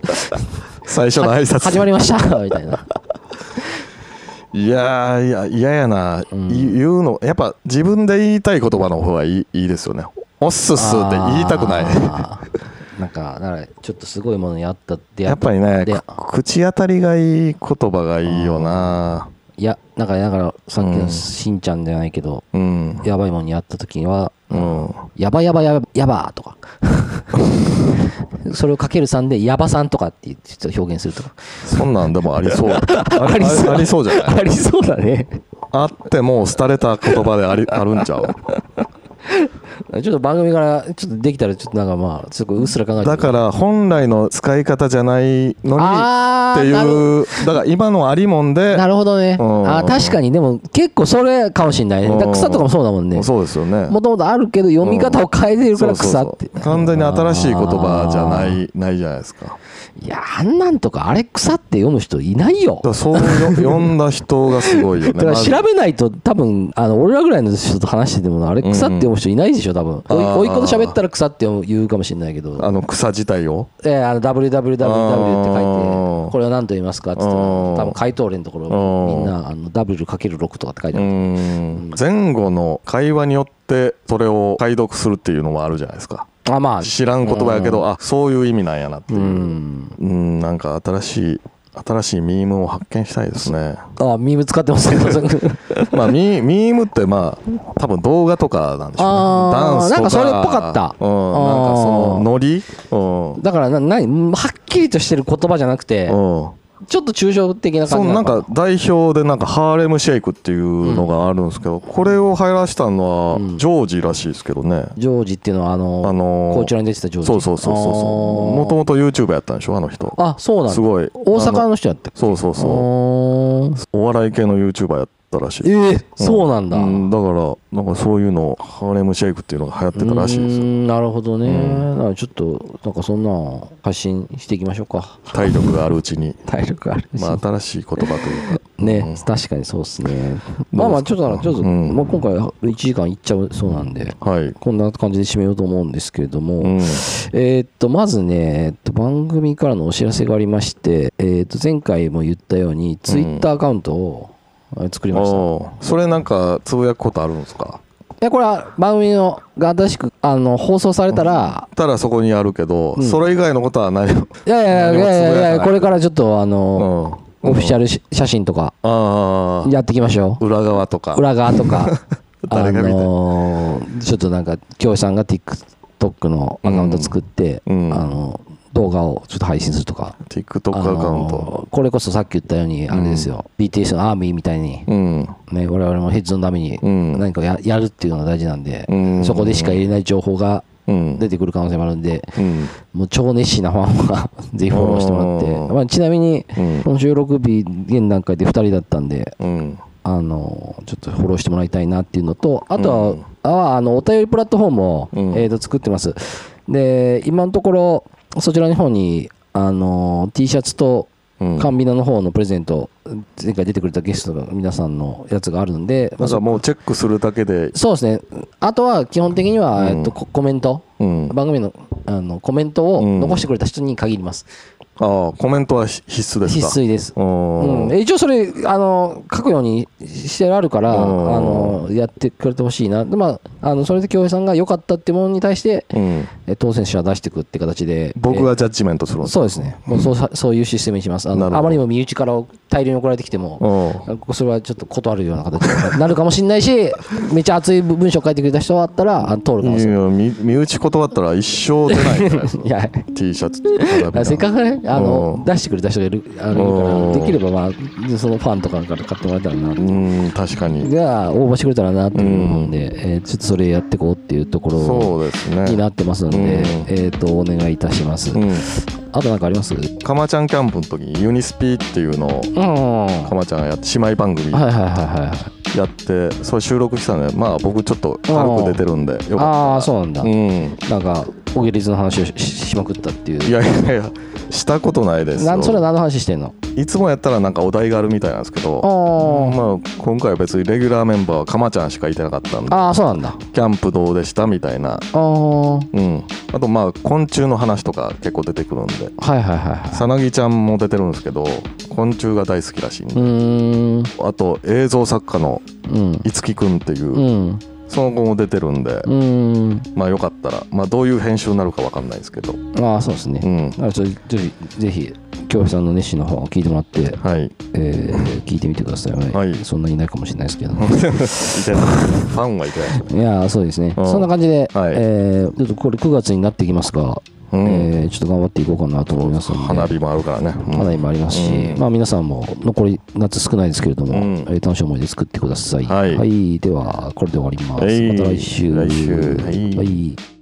Speaker 3: 最初の挨拶
Speaker 2: 始まりましたみたいな
Speaker 3: いやーいや嫌やな、い言うのやっぱ自分で言いたい言葉の方がいいいいですよねおっすっすって言いたくない
Speaker 2: あーなんかだからちょっとすごいものにあった出会
Speaker 3: やっぱりね
Speaker 2: で
Speaker 3: く口当たりがいい言葉がいいよない
Speaker 2: やなんかだからさっき
Speaker 3: う
Speaker 2: の
Speaker 3: ん
Speaker 2: しんちゃんじゃないけど、
Speaker 3: うん
Speaker 2: やばいものにあった時には
Speaker 3: うん
Speaker 2: やばやばやばやばーとかそれをかける3でやばさんとかってちょっと表現するとか
Speaker 3: そんなんでもありそう ああ
Speaker 2: りそう
Speaker 3: ありそうじゃない
Speaker 2: ありそうだね
Speaker 3: あってもう廃れた言葉でありあるんちゃう
Speaker 2: ちょっと番組からちょっとできたらちょっとなんかまあすごいうっすら考えて
Speaker 3: だから本来の使い方じゃないのに
Speaker 2: あ
Speaker 3: っ
Speaker 2: ー
Speaker 3: て
Speaker 2: なる
Speaker 3: いうだから今のありもんで
Speaker 2: なるほどね
Speaker 3: うん
Speaker 2: あー確かにでも結構それかもしんないねだから草とかもそうだもんね
Speaker 3: そうですよね
Speaker 2: もともとあるけど読み方を変えてるから草って
Speaker 3: そうそうそう完全に新しい言葉じゃな
Speaker 2: あー
Speaker 3: いないじゃないですかだか
Speaker 2: いやあんなんとかあれ草って読む人いないよ
Speaker 3: らそうよ読んだ人がすごいよ ね
Speaker 2: だから
Speaker 3: ま
Speaker 2: 調
Speaker 3: ず
Speaker 2: べないと多分あの俺らぐらいの人と話しててもあれ草って読む人いないでしょ多分
Speaker 3: うん
Speaker 2: おいおいっ子と喋ったら草って読む言うかもしれないけど
Speaker 3: あの草自体を
Speaker 2: えーあの WWW って書いて
Speaker 3: あー
Speaker 2: これは何と言いますかって言ったら
Speaker 3: あー
Speaker 2: 多分回答例のところ
Speaker 3: あー
Speaker 2: みんなあの W×6 とかって書いて
Speaker 3: う
Speaker 2: ある
Speaker 3: ん前後の会話によってそれを解読するっていうのもあるじゃないですか
Speaker 2: あまあ
Speaker 3: 知らん言葉やけどあそういう意味なんやなっていううんうんなんか新しい新しいミームを発見したいですね
Speaker 2: あミーム使ってますけど
Speaker 3: まあミミームってまあ多分動画とかなんでしょう
Speaker 2: あー
Speaker 3: ねダンスと
Speaker 2: な
Speaker 3: か
Speaker 2: んかそれっぽかった
Speaker 3: うんなんかそのノリうん
Speaker 2: だからな何はっきりとしてる言葉じゃなくて
Speaker 3: うん
Speaker 2: ちょっと抽象的な感
Speaker 3: そう
Speaker 2: じなの
Speaker 3: なん
Speaker 2: かな
Speaker 3: か代表でなんかハーレムシェイクっていうのがあるんですけど、これを流行らしたのは
Speaker 2: ん
Speaker 3: ジョージらしいですけどね、
Speaker 2: ジョージっていうのはあの
Speaker 3: あのー
Speaker 2: こちらに出てたジョージ
Speaker 3: そうそうそうそうそうもともと YouTuber やったんでしょあの人
Speaker 2: あそうなん
Speaker 3: す
Speaker 2: だ
Speaker 3: ごい
Speaker 2: 大阪
Speaker 3: あ
Speaker 2: の人やって
Speaker 3: そうそうそ
Speaker 2: おー
Speaker 3: うお笑い系の YouTuber やったらしい
Speaker 2: え
Speaker 3: です
Speaker 2: えそうなんだ、
Speaker 3: うんだからなんかそういうのハーレムシェイクっていうのが流行ってたらしいです
Speaker 2: うー
Speaker 3: よ
Speaker 2: んなるほどね、
Speaker 3: うん
Speaker 2: なんかちょっとなんかそんな発信していきましょうか
Speaker 3: 体力があるうちに
Speaker 2: 体力あるし、
Speaker 3: まあ新しい言葉というか
Speaker 2: ね、
Speaker 3: うん
Speaker 2: 確かにそうですねまあまあちょっとなちょっと、
Speaker 3: うん
Speaker 2: まあ、今回1時間いっちゃうそうなんで
Speaker 3: はい
Speaker 2: こんな感じで締めようと思うんですけれども、
Speaker 3: うん
Speaker 2: えーっと、まずね、えっと、番組からのお知らせがありまして、えーっと、前回も言ったように、ツイッターアカウントをえー作りました。い
Speaker 3: おーそれなんかつぶやくことあるんですか
Speaker 2: や、これは番組のが新しく、あの、放送されたら、
Speaker 3: たらそこにあるけど、
Speaker 2: ん
Speaker 3: それ以外のことは何 も
Speaker 2: いやいやいやいやいや
Speaker 3: 何もつぶやかない
Speaker 2: これからちょっと、あの、
Speaker 3: うん
Speaker 2: オフィシャルし写真とか、
Speaker 3: ああ
Speaker 2: やっていきましょう。
Speaker 3: 裏側とか
Speaker 2: 裏側と か、あ
Speaker 3: 誰が見てん
Speaker 2: のーちょっとなんか、京師さんが TikTok のアカウント作って、
Speaker 3: うんうん
Speaker 2: あの、動画をちょっと配信するとか。
Speaker 3: TikTok アカウント、
Speaker 2: これこそさっき言ったように、あれですよ、BTS のアーミーみたいに、
Speaker 3: うん
Speaker 2: ね、我々もヘッズのために
Speaker 3: うん
Speaker 2: 何かややるっていうのが大事なんで、
Speaker 3: うん
Speaker 2: そこでしか入れない情報が
Speaker 3: うん
Speaker 2: 出てくる可能性もあるんで、
Speaker 3: うん
Speaker 2: もう超熱心なファンは ぜひフォローしてもらっ
Speaker 3: う
Speaker 2: て、
Speaker 3: ん
Speaker 2: まあ、ちなみに、
Speaker 3: うん
Speaker 2: この収録日、現段階で2人だったんで、
Speaker 3: うん
Speaker 2: あのちょっとフォローしてもらいたいなっていうのと、あとは、
Speaker 3: うん
Speaker 2: ああのお便りプラットフォームを、
Speaker 3: うん
Speaker 2: えーと作ってます。で、今のところ、そちらの方にあの T シャツと
Speaker 3: うん
Speaker 2: カンビナの方のプレゼント、前回出てくれたゲストの皆さんのやつがあるんで、ま
Speaker 3: な
Speaker 2: あ
Speaker 3: んか
Speaker 2: そ
Speaker 3: もうチェックするだけで
Speaker 2: そうですね、あとは基本的には、
Speaker 3: うん
Speaker 2: えっと、ココメント、
Speaker 3: うんあ
Speaker 2: 番組のあのコメントを
Speaker 3: うん
Speaker 2: 残してくれた人に限ります。
Speaker 3: あーコメントは必必須です
Speaker 2: 必
Speaker 3: か
Speaker 2: 須です。
Speaker 3: 須
Speaker 2: うん、え一応それあの書くようにしてあるからあ
Speaker 3: うん
Speaker 2: のやってくれてほしいなで、まあ、あのそれで京平さんが良かったってものに対して
Speaker 3: うん
Speaker 2: え当選者は出していくって形で
Speaker 3: 僕がジャッジメントするん
Speaker 2: え
Speaker 3: です
Speaker 2: そうですねもうそうさそういうシステムにしますあ
Speaker 3: な
Speaker 2: の
Speaker 3: るほど
Speaker 2: あまりにも身内から大量に送られてきても
Speaker 3: う
Speaker 2: それはちょっと断るような形になるかもしれないしめっちゃ熱い文章書いてくれた人があったらあ通るか
Speaker 3: ん
Speaker 2: も
Speaker 3: い
Speaker 2: しれない。
Speaker 3: やみ身内断ったら一生出ない んじゃないですか
Speaker 2: いや
Speaker 3: T シャツとか
Speaker 2: せっかくねあの
Speaker 3: うん
Speaker 2: 出してくれた人がいるあるから
Speaker 3: うん
Speaker 2: できれば、まあ、そのファンとかから買ってもらえたらなって
Speaker 3: うん確かに
Speaker 2: が応募してくれたらなっていう思うんで、えーちょっとそれやってこうっていうところ
Speaker 3: そうですね
Speaker 2: になってますので、
Speaker 3: うん
Speaker 2: えっ、とお願いいたします、
Speaker 3: うん
Speaker 2: あとなんかありますうん
Speaker 3: かまちゃんキャンプの時にユニスピっていうのを
Speaker 2: は
Speaker 3: かまちゃんがやって姉妹番組
Speaker 2: いはいはいはい
Speaker 3: やってそれ収録したのでまあ僕ちょっと軽く出てるんでよかっ
Speaker 2: ああーそうなんだ、
Speaker 3: たうん
Speaker 2: なんかオゲリズの話をししまくったっていう
Speaker 3: いやいやいやしたことないです
Speaker 2: なんそれは
Speaker 3: よ
Speaker 2: 何の話してんの
Speaker 3: いつもやったらなんかお題があるみたいなんですけど
Speaker 2: あ
Speaker 3: まあ、今回は別にレギュラーメンバーはかまちゃんしかいてなかったんで
Speaker 2: ああーそうなんだ
Speaker 3: キャンプどうでしたみたいな、
Speaker 2: ああはい
Speaker 3: うん、あとまあ昆虫の話とか結構出てくるんで
Speaker 2: はいはいは
Speaker 3: さなぎちゃんも出てるんですけど昆虫が大好きらしいん
Speaker 2: いう
Speaker 3: で、
Speaker 2: ーん
Speaker 3: あと映像作家の
Speaker 2: うん
Speaker 3: いつきくんっていう、
Speaker 2: うん
Speaker 3: その子も出てるんで、
Speaker 2: うん
Speaker 3: まあよかったら、まあ、どういう編集になるかわかんないですけど、
Speaker 2: ああそうですね
Speaker 3: うん
Speaker 2: だからちょぜひぜひ京平さんの熱心の方を聞いてもらって、
Speaker 3: はい、い
Speaker 2: えー聞いてみてください、
Speaker 3: はい
Speaker 2: そんなにいないかもしれないです けど
Speaker 3: てないファンはいてないですね
Speaker 2: いやーそうですね、
Speaker 3: うん
Speaker 2: そんな感じで、
Speaker 3: はい
Speaker 2: えーちょっとこれ9月になってきますが、
Speaker 3: うん
Speaker 2: えーちょっと頑張っていこうかなと思いますので
Speaker 3: 花火もあるからね、うん
Speaker 2: 花火もありますし、
Speaker 3: うん
Speaker 2: まあ、皆さんも残り夏少ないですけれども、
Speaker 3: うん
Speaker 2: えー楽しい思い出作ってください、
Speaker 3: はい
Speaker 2: ではこれで終わります、
Speaker 3: はい
Speaker 2: また来週
Speaker 3: 来週はい
Speaker 2: はい